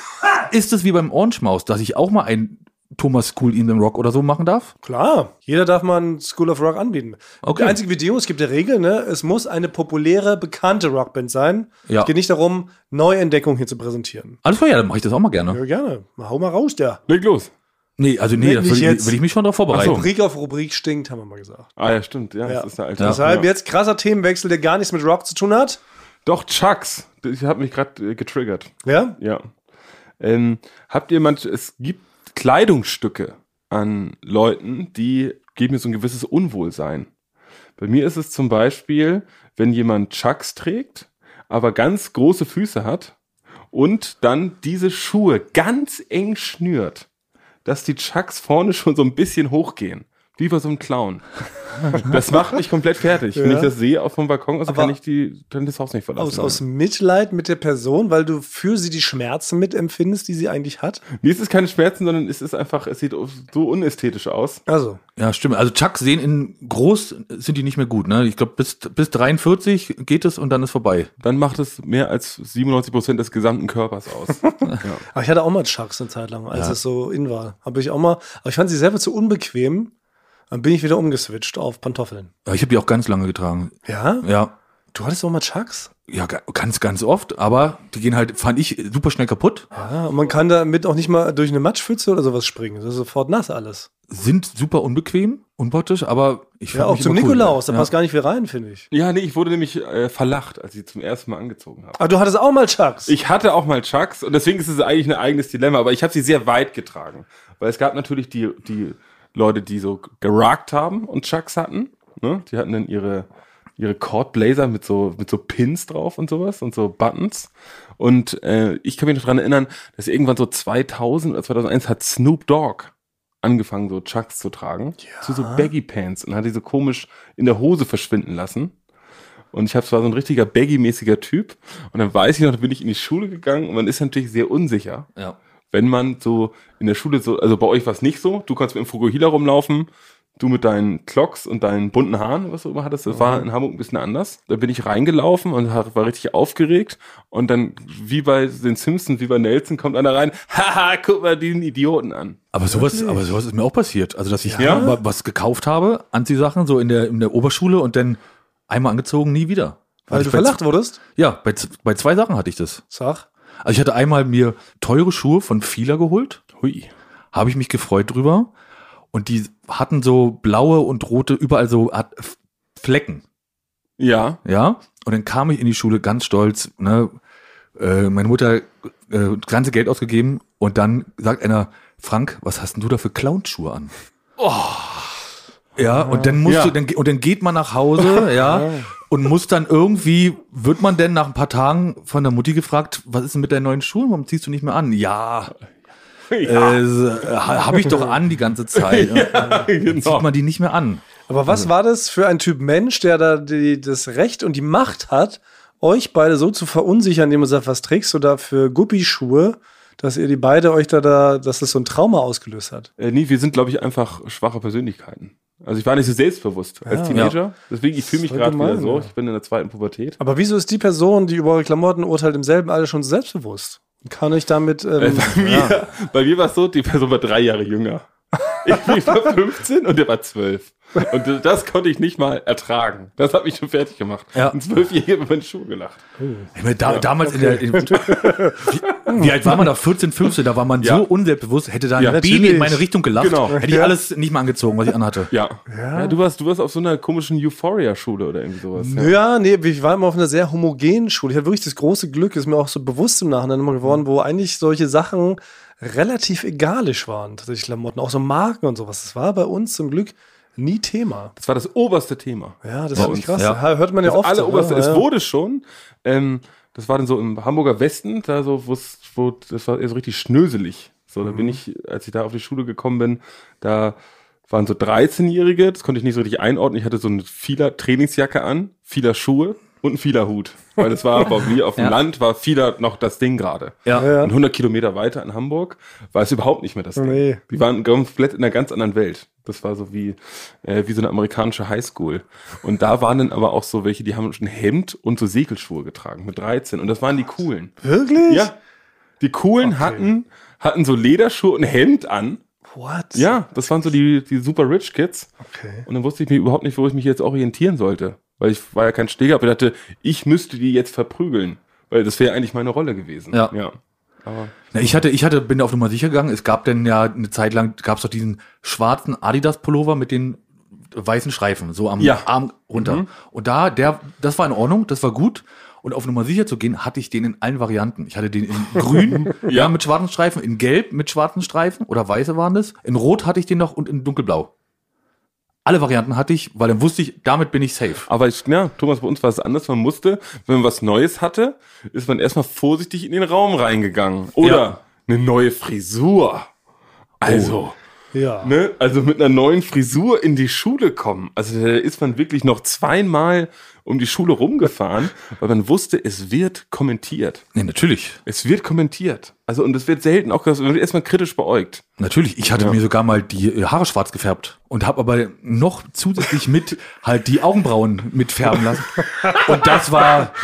[SPEAKER 1] ist es wie beim Orange Mouse, dass ich auch mal ein Thomas School in den Rock oder so machen darf?
[SPEAKER 3] Klar, jeder darf mal ein School of Rock anbieten.
[SPEAKER 1] Okay.
[SPEAKER 3] Die einzige Video, es gibt ja Regeln, ne? es muss eine populäre, bekannte Rockband sein.
[SPEAKER 1] Ja.
[SPEAKER 3] Es geht nicht darum, Neuentdeckungen hier zu präsentieren.
[SPEAKER 1] Alles klar, ja, dann mache ich das auch mal gerne.
[SPEAKER 3] Ja, gerne. Mal Hau mal raus, der.
[SPEAKER 2] Leg los.
[SPEAKER 1] Nee, also
[SPEAKER 3] Nee,
[SPEAKER 1] nee, da
[SPEAKER 3] nicht
[SPEAKER 1] will,
[SPEAKER 3] jetzt.
[SPEAKER 1] ich- will ich mich schon darauf vorbereiten.
[SPEAKER 3] Rubrik auf Rubrik stinkt, haben wir mal gesagt.
[SPEAKER 2] Ah ja, stimmt. Ja,
[SPEAKER 3] Ja.
[SPEAKER 2] das ist eine alte.
[SPEAKER 3] Deshalb
[SPEAKER 2] ja.
[SPEAKER 3] jetzt krasser Themenwechsel, der gar nichts mit Rock zu tun hat.
[SPEAKER 2] Doch, Chucks. Ich habe mich gerade äh, getriggert.
[SPEAKER 3] Ja?
[SPEAKER 2] Ja. Ähm, habt ihr manch, es gibt Kleidungsstücke an Leuten, die geben mir so ein gewisses Unwohlsein. Bei mir ist es zum Beispiel, wenn jemand Chucks trägt, aber ganz große Füße hat und dann diese Schuhe ganz eng schnürt, dass die Chucks vorne schon so ein bisschen hochgehen. Wie bei so einem Clown. Das macht mich komplett fertig. Wenn
[SPEAKER 3] Ja.
[SPEAKER 2] ich das sehe auf dem Balkon, also
[SPEAKER 3] Aber
[SPEAKER 2] kann ich die, dann das Haus nicht verlassen.
[SPEAKER 3] Aus, aus Mitleid mit der Person, weil du für sie die Schmerzen mitempfindest, die sie eigentlich hat.
[SPEAKER 2] Mir ist es keine Schmerzen, sondern es ist einfach, es sieht so unästhetisch aus.
[SPEAKER 3] Also,
[SPEAKER 1] Ja, stimmt. Also Chucks sehen in groß sind die nicht mehr gut. Ne? Ich glaube, bis, bis 43 geht es und dann ist vorbei.
[SPEAKER 2] Dann macht es mehr als 97 Prozent des gesamten Körpers aus.
[SPEAKER 3] aber ich hatte auch mal Chucks eine Zeit lang, als es so in war. Habe ich auch mal, aber ich fand sie selber zu unbequem. Dann bin ich wieder umgeswitcht auf Pantoffeln.
[SPEAKER 1] Aber Ich habe die auch ganz lange getragen.
[SPEAKER 3] Ja?
[SPEAKER 1] Ja,
[SPEAKER 3] Du hattest auch mal Chucks?
[SPEAKER 1] ja, ga- ganz, ganz oft. Aber die gehen halt, fand ich, super schnell kaputt.
[SPEAKER 3] Ja, und man kann damit auch nicht mal durch eine Matschpfütze oder sowas springen. Das ist sofort nass alles.
[SPEAKER 1] Sind super unbequem, unpraktisch, aber ich
[SPEAKER 3] Ja,
[SPEAKER 1] fand
[SPEAKER 3] auch
[SPEAKER 1] mich
[SPEAKER 3] zum
[SPEAKER 1] immer cool.
[SPEAKER 3] Nikolaus, da
[SPEAKER 1] ja.
[SPEAKER 3] passt gar nicht viel rein, finde ich.
[SPEAKER 2] ja, nee, ich wurde nämlich äh, verlacht, als ich sie zum ersten Mal angezogen habe.
[SPEAKER 3] Aber Ah, du hattest auch mal Chucks.
[SPEAKER 2] Ich hatte auch mal Chucks und deswegen ist es eigentlich ein eigenes Dilemma, aber ich habe sie sehr weit getragen. Weil es gab natürlich die, die Leute, die so gerockt haben und Chucks hatten. Ne? Die hatten dann ihre, ihre Cordblazer mit so, mit so Pins drauf und sowas und so Buttons. Und äh, ich kann mich noch daran erinnern, dass irgendwann so 2000 oder 2001 hat Snoop Dogg angefangen, so Chucks zu tragen. Zu so Baggy Pants und hat die so komisch in der Hose verschwinden lassen. Und ich habe zwar so ein richtiger Baggy-mäßiger Typ. Und dann weiß ich noch, da bin ich in die Schule gegangen und man ist natürlich sehr unsicher,
[SPEAKER 1] Ja.
[SPEAKER 2] wenn man so in der Schule so, also bei euch war es nicht so, du konntest mit dem Fukuhila rumlaufen, du mit deinen Clocks und deinen bunten Haaren, was du immer hattest, das war in Hamburg ein bisschen anders. Da bin ich reingelaufen und hab- war richtig aufgeregt und dann, wie bei den Simpsons, wie bei Nelson, kommt einer rein, haha, guck mal diesen Idioten an.
[SPEAKER 1] Aber sowas, aber sowas ist mir auch passiert. Also, dass ich
[SPEAKER 2] Ja?
[SPEAKER 1] wa- was gekauft habe, Anziehsachen, so in der, in der Oberschule und dann einmal angezogen, nie wieder.
[SPEAKER 3] weil
[SPEAKER 1] Hatte
[SPEAKER 3] du
[SPEAKER 1] ich bei
[SPEAKER 3] verlacht wurdest?
[SPEAKER 1] z- Ja, bei, z- bei zwei Sachen hatte ich das.
[SPEAKER 3] Sag.
[SPEAKER 1] Also ich hatte einmal mir teure Schuhe von Fila geholt,
[SPEAKER 2] Hui.
[SPEAKER 1] habe ich mich gefreut drüber und die hatten so blaue und rote überall so Art F- Flecken,
[SPEAKER 2] Ja.
[SPEAKER 1] ja? Und dann kam ich in die Schule ganz stolz, ne? Äh, meine Mutter äh, das ganze Geld ausgegeben und dann sagt einer Frank, was hast denn du da für Clownschuhe an? Oh. Ja, und dann musst
[SPEAKER 2] Ja.
[SPEAKER 1] du, dann, ge- und dann geht man nach Hause, ja, und muss dann irgendwie, wird man denn nach ein paar Tagen von der Mutti gefragt, was ist denn mit deinen neuen Schuhen, warum ziehst du nicht mehr an? Ja, äh, habe ich doch an die ganze Zeit. ja,
[SPEAKER 2] Genau.
[SPEAKER 1] Genau. Zieht man die nicht mehr an.
[SPEAKER 3] Aber was war das für ein Typ Mensch, der da die, das Recht und die Macht hat, euch beide so zu verunsichern, indem er sagt, was trägst du da für Guppischuhe, dass ihr die beide euch da, da dass das so ein Trauma ausgelöst hat?
[SPEAKER 2] Äh, nee, wir sind, glaube ich, einfach schwache Persönlichkeiten. Also ich war nicht so selbstbewusst als Teenager. Deswegen, ich fühle mich
[SPEAKER 3] Voll
[SPEAKER 2] gerade wieder
[SPEAKER 3] gemein,
[SPEAKER 2] so.
[SPEAKER 3] ja.
[SPEAKER 2] Ich bin in der zweiten Pubertät.
[SPEAKER 3] Aber wieso ist die Person, die über eure Klamotten urteilt, im selben Alter schon selbstbewusst? Kann ich damit.
[SPEAKER 1] Äh,
[SPEAKER 3] Ähm,
[SPEAKER 2] Bei mir, bei mir war es so, die Person war drei Jahre jünger. Ich bin- ich war 15 und der war 12. Und das konnte ich nicht mal ertragen. Das hat mich schon fertig gemacht.
[SPEAKER 1] Ja.
[SPEAKER 2] Ein Zwölfjähriger über meine Schuhe gelacht.
[SPEAKER 1] Ich meine, da, damals in der. In, wie, wie alt war man da? 14, 15, da war man
[SPEAKER 2] Ja.
[SPEAKER 1] so unselbstbewusst, hätte da ein
[SPEAKER 2] Ja,
[SPEAKER 1] Baby in
[SPEAKER 3] natürlich.
[SPEAKER 1] meine Richtung gelacht,
[SPEAKER 2] Genau.
[SPEAKER 1] hätte ich alles nicht mal angezogen, was ich anhatte.
[SPEAKER 2] Ja. ja. du, warst, du warst auf so einer komischen Euphoria-Schule oder irgendwie sowas. Ja.
[SPEAKER 3] Ja, nee, ich war immer auf einer sehr homogenen Schule. Ich hatte wirklich das große Glück, ist mir auch so bewusst im Nachhinein immer geworden, wo eigentlich solche Sachen relativ egalisch waren, tatsächlich Klamotten, auch so Marken und sowas. Das war bei uns zum Glück nie Thema.
[SPEAKER 2] Das war das oberste Thema.
[SPEAKER 3] Ja, das
[SPEAKER 2] Bei
[SPEAKER 3] ist
[SPEAKER 2] uns,
[SPEAKER 3] krass.
[SPEAKER 1] ja.
[SPEAKER 3] Hört man ja
[SPEAKER 2] Das
[SPEAKER 3] oft.
[SPEAKER 2] alle
[SPEAKER 3] so,
[SPEAKER 2] oberste,
[SPEAKER 3] ja,
[SPEAKER 2] es
[SPEAKER 3] ja.
[SPEAKER 2] wurde schon. Ähm, das war dann so im Hamburger Westen, da so, wo's- wo das war eher so richtig schnöselig. So, da
[SPEAKER 3] Mhm.
[SPEAKER 2] bin ich, als ich da auf die Schule gekommen bin, da waren so 13-Jährige, das konnte ich nicht so richtig einordnen. Ich hatte so eine vieler Trainingsjacke an, vieler Schuhe und einen vieler Hut. Weil das war bei mir auf dem
[SPEAKER 1] Ja.
[SPEAKER 2] Land, war vieler noch das Ding gerade.
[SPEAKER 1] Ja.
[SPEAKER 3] Ja.
[SPEAKER 2] Und 100 Kilometer weiter in Hamburg war es überhaupt nicht mehr das Ding.
[SPEAKER 3] Nee.
[SPEAKER 2] Die waren komplett in einer ganz anderen Welt. Das war so wie, äh, wie so eine amerikanische Highschool. Und da waren dann aber auch so welche, die haben schon Hemd und so Segelschuhe getragen mit 13. Und das waren die coolen.
[SPEAKER 3] Wirklich?
[SPEAKER 2] Ja. Die coolen hatten, hatten so Lederschuhe und Hemd an.
[SPEAKER 3] What?
[SPEAKER 2] Ja, das waren so die, die super rich Kids.
[SPEAKER 3] Okay.
[SPEAKER 2] Und dann wusste ich mir überhaupt nicht, wo ich mich jetzt orientieren sollte. Weil ich war ja kein Steger, aber ich dachte, ich müsste die jetzt verprügeln. Weil das wäre ja eigentlich meine Rolle gewesen.
[SPEAKER 1] Ja.
[SPEAKER 2] ja. Aber
[SPEAKER 1] Na, ich hatte, ich hatte, bin auf Nummer sicher gegangen. Es gab denn ja eine Zeit lang, gab es doch diesen schwarzen Adidas-Pullover mit den weißen Streifen, so am
[SPEAKER 2] Ja.
[SPEAKER 1] Arm runter. Und da, der, das war in Ordnung, das war gut. Und auf Nummer sicher zu gehen, hatte ich den in allen Varianten. Ich hatte den in grün, ja. mit schwarzen Streifen, in gelb mit schwarzen Streifen oder weiße waren das. In rot hatte ich den noch und in dunkelblau. Alle Varianten hatte ich, weil dann wusste ich, damit bin ich safe.
[SPEAKER 2] Aber ich, ja, Thomas, bei uns war es anders. Man musste, wenn man was Neues hatte, ist man erstmal vorsichtig in den Raum reingegangen. Oder
[SPEAKER 1] Ja.
[SPEAKER 2] eine neue Frisur. Also,
[SPEAKER 3] Ja.
[SPEAKER 2] ne, also mit einer neuen Frisur in die Schule kommen. Also da ist man wirklich noch zweimal um die Schule rumgefahren, weil man wusste, es wird kommentiert.
[SPEAKER 1] Nee, natürlich.
[SPEAKER 2] Es wird kommentiert. Also, und es wird selten auch, man wird erstmal kritisch beäugt.
[SPEAKER 1] Natürlich, ich hatte mir sogar mal die äh, Haare schwarz gefärbt und habe aber noch zusätzlich mit halt die Augenbrauen mitfärben lassen. Und das war,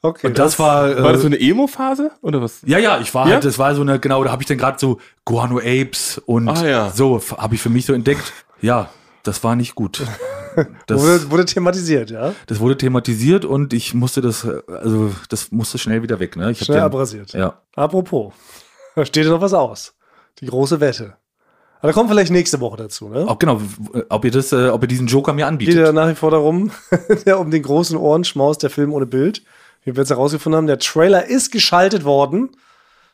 [SPEAKER 3] Okay.
[SPEAKER 1] und das war, äh,
[SPEAKER 2] War das so eine Emo-Phase? Oder was?
[SPEAKER 1] ja ja, ich war
[SPEAKER 2] Ja?
[SPEAKER 1] halt, das war so eine genau, da habe ich dann gerade so Guano Apes und
[SPEAKER 2] Ah, ja.
[SPEAKER 1] so habe ich für mich so entdeckt. Ja, das war nicht gut. Das,
[SPEAKER 3] wurde, wurde thematisiert, ja?
[SPEAKER 1] das wurde thematisiert und ich musste das, äh, also das musste schnell wieder weg. Ne? Ich hab
[SPEAKER 3] Schnell
[SPEAKER 1] den-
[SPEAKER 3] abrasiert.
[SPEAKER 1] Ja.
[SPEAKER 3] Apropos, da steht noch was aus. Die große Wette. Aber da kommt vielleicht nächste Woche dazu, ne?
[SPEAKER 1] Ob, genau, w- ob ihr das, äh, ob ihr diesen Joker mir
[SPEAKER 3] geht ja
[SPEAKER 1] anbietet.
[SPEAKER 3] nach wie vor darum, der um den großen Ohrenschmaus, der Film ohne Bild. Wie wir jetzt herausgefunden haben, der Trailer ist geschaltet worden.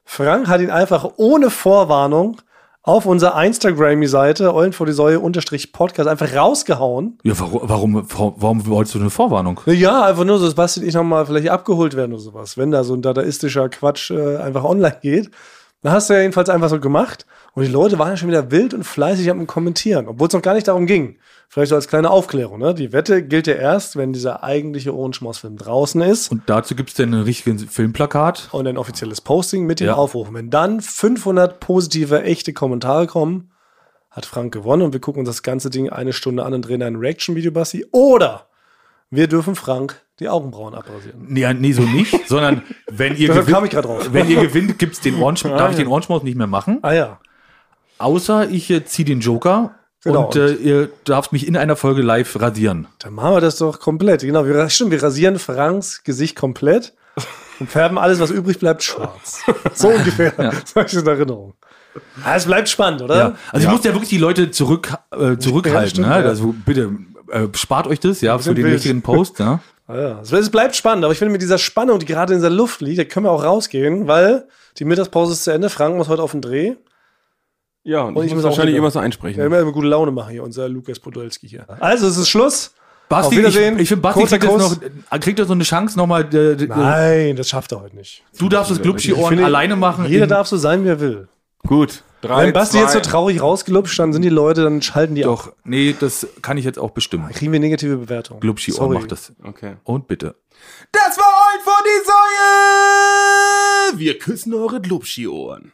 [SPEAKER 3] Frank hat ihn einfach ohne Vorwarnung auf unserer Instagram-Seite Eulen vor die Säue unterstrich Podcast einfach rausgehauen.
[SPEAKER 1] Ja, warum, warum, warum wolltest du eine Vorwarnung?
[SPEAKER 3] Ja, einfach nur so, dass Basti und ich nochmal vielleicht abgeholt werden oder sowas. Wenn da so ein dadaistischer Quatsch äh, einfach online geht. Dann hast du ja jedenfalls einfach so gemacht. Und die Leute waren ja schon wieder wild und fleißig am Kommentieren, obwohl es noch gar nicht darum ging. Vielleicht so als kleine Aufklärung, ne? Die Wette gilt ja erst, wenn dieser eigentliche Ohrenschmaus-Film draußen ist
[SPEAKER 1] Und dazu gibt's denn ein richtiges Filmplakat.
[SPEAKER 3] und ein offizielles Posting mit dem
[SPEAKER 1] Ja.
[SPEAKER 3] Aufruf. Wenn dann 500 positive, echte Kommentare kommen, hat Frank gewonnen und wir gucken uns das ganze Ding eine Stunde an und drehen ein Reaction-Video, Basti. Oder wir dürfen Frank die Augenbrauen abrasieren.
[SPEAKER 1] Nee, nee, so nicht, sondern wenn ihr
[SPEAKER 3] Deshalb kam
[SPEAKER 1] gewinnt,
[SPEAKER 3] ich Ah, gerade drauf.
[SPEAKER 1] wenn ihr gewinnt, gibt's den Ohrenschmaus, darf ich den Ohrenschmaus nicht mehr machen,
[SPEAKER 3] Ah ja.
[SPEAKER 1] außer ich äh, ziehe den Joker
[SPEAKER 3] Genau.
[SPEAKER 1] und äh, ihr darf mich in einer Folge live rasieren.
[SPEAKER 3] Dann machen wir das doch komplett. Genau, wir, stimmt, wir rasieren Franks Gesicht komplett und färben alles, was übrig bleibt, schwarz. So ungefähr. So ist es in Erinnerung. Ah, es bleibt spannend, oder?
[SPEAKER 1] Ja. Also ich muss ja wirklich die Leute zurück, äh, zurückhalten.
[SPEAKER 3] Ja, stimmt,
[SPEAKER 1] ne?
[SPEAKER 3] ja.
[SPEAKER 1] Also bitte äh, spart euch das, ja, für
[SPEAKER 3] sind
[SPEAKER 1] den
[SPEAKER 3] wild.
[SPEAKER 1] richtigen Post. ne? Ja.
[SPEAKER 3] Ah ja. Es- Es bleibt spannend, aber ich finde, mit dieser Spannung, die gerade in der Luft liegt, da können wir auch rausgehen, weil die Mittagspause ist zu Ende. Frank muss heute auf den Dreh.
[SPEAKER 2] Ja, und,
[SPEAKER 3] Und
[SPEAKER 2] Oh, ich,
[SPEAKER 3] ich
[SPEAKER 2] muss
[SPEAKER 3] muss auch
[SPEAKER 2] wahrscheinlich
[SPEAKER 3] wieder-
[SPEAKER 2] irgendwas einsprechen.
[SPEAKER 3] Der immer, immer gute Laune machen hier, unser Lukas Podolski hier. Also, es ist Schluss.
[SPEAKER 1] Basti,
[SPEAKER 3] Auf Wiedersehen.
[SPEAKER 1] ich, ich finde, Basti
[SPEAKER 3] Kurzer
[SPEAKER 1] kriegt jetzt,
[SPEAKER 3] Kuss.
[SPEAKER 1] noch, äh, kriegt jetzt noch eine Chance nochmal. Äh, äh,
[SPEAKER 3] Nein, das schafft er heute nicht.
[SPEAKER 1] du darfst das Glubschi-Ohren
[SPEAKER 3] finde,
[SPEAKER 1] alleine machen.
[SPEAKER 3] Jeder
[SPEAKER 1] in-
[SPEAKER 3] darf so sein, wie er will.
[SPEAKER 2] Gut. Drei,
[SPEAKER 3] Wenn Basti
[SPEAKER 2] zwei.
[SPEAKER 3] jetzt so traurig rausgelupscht, dann sind die Leute, dann schalten die auch.
[SPEAKER 1] Doch, nee, das kann ich jetzt auch bestimmen.
[SPEAKER 3] Kriegen wir negative Bewertungen.
[SPEAKER 1] Glubschi-Ohren
[SPEAKER 3] Sorry.
[SPEAKER 1] macht das.
[SPEAKER 2] Okay.
[SPEAKER 1] Und bitte.
[SPEAKER 2] Das war Eulen vor die Säue! Wir küssen eure Glubschi-Ohren.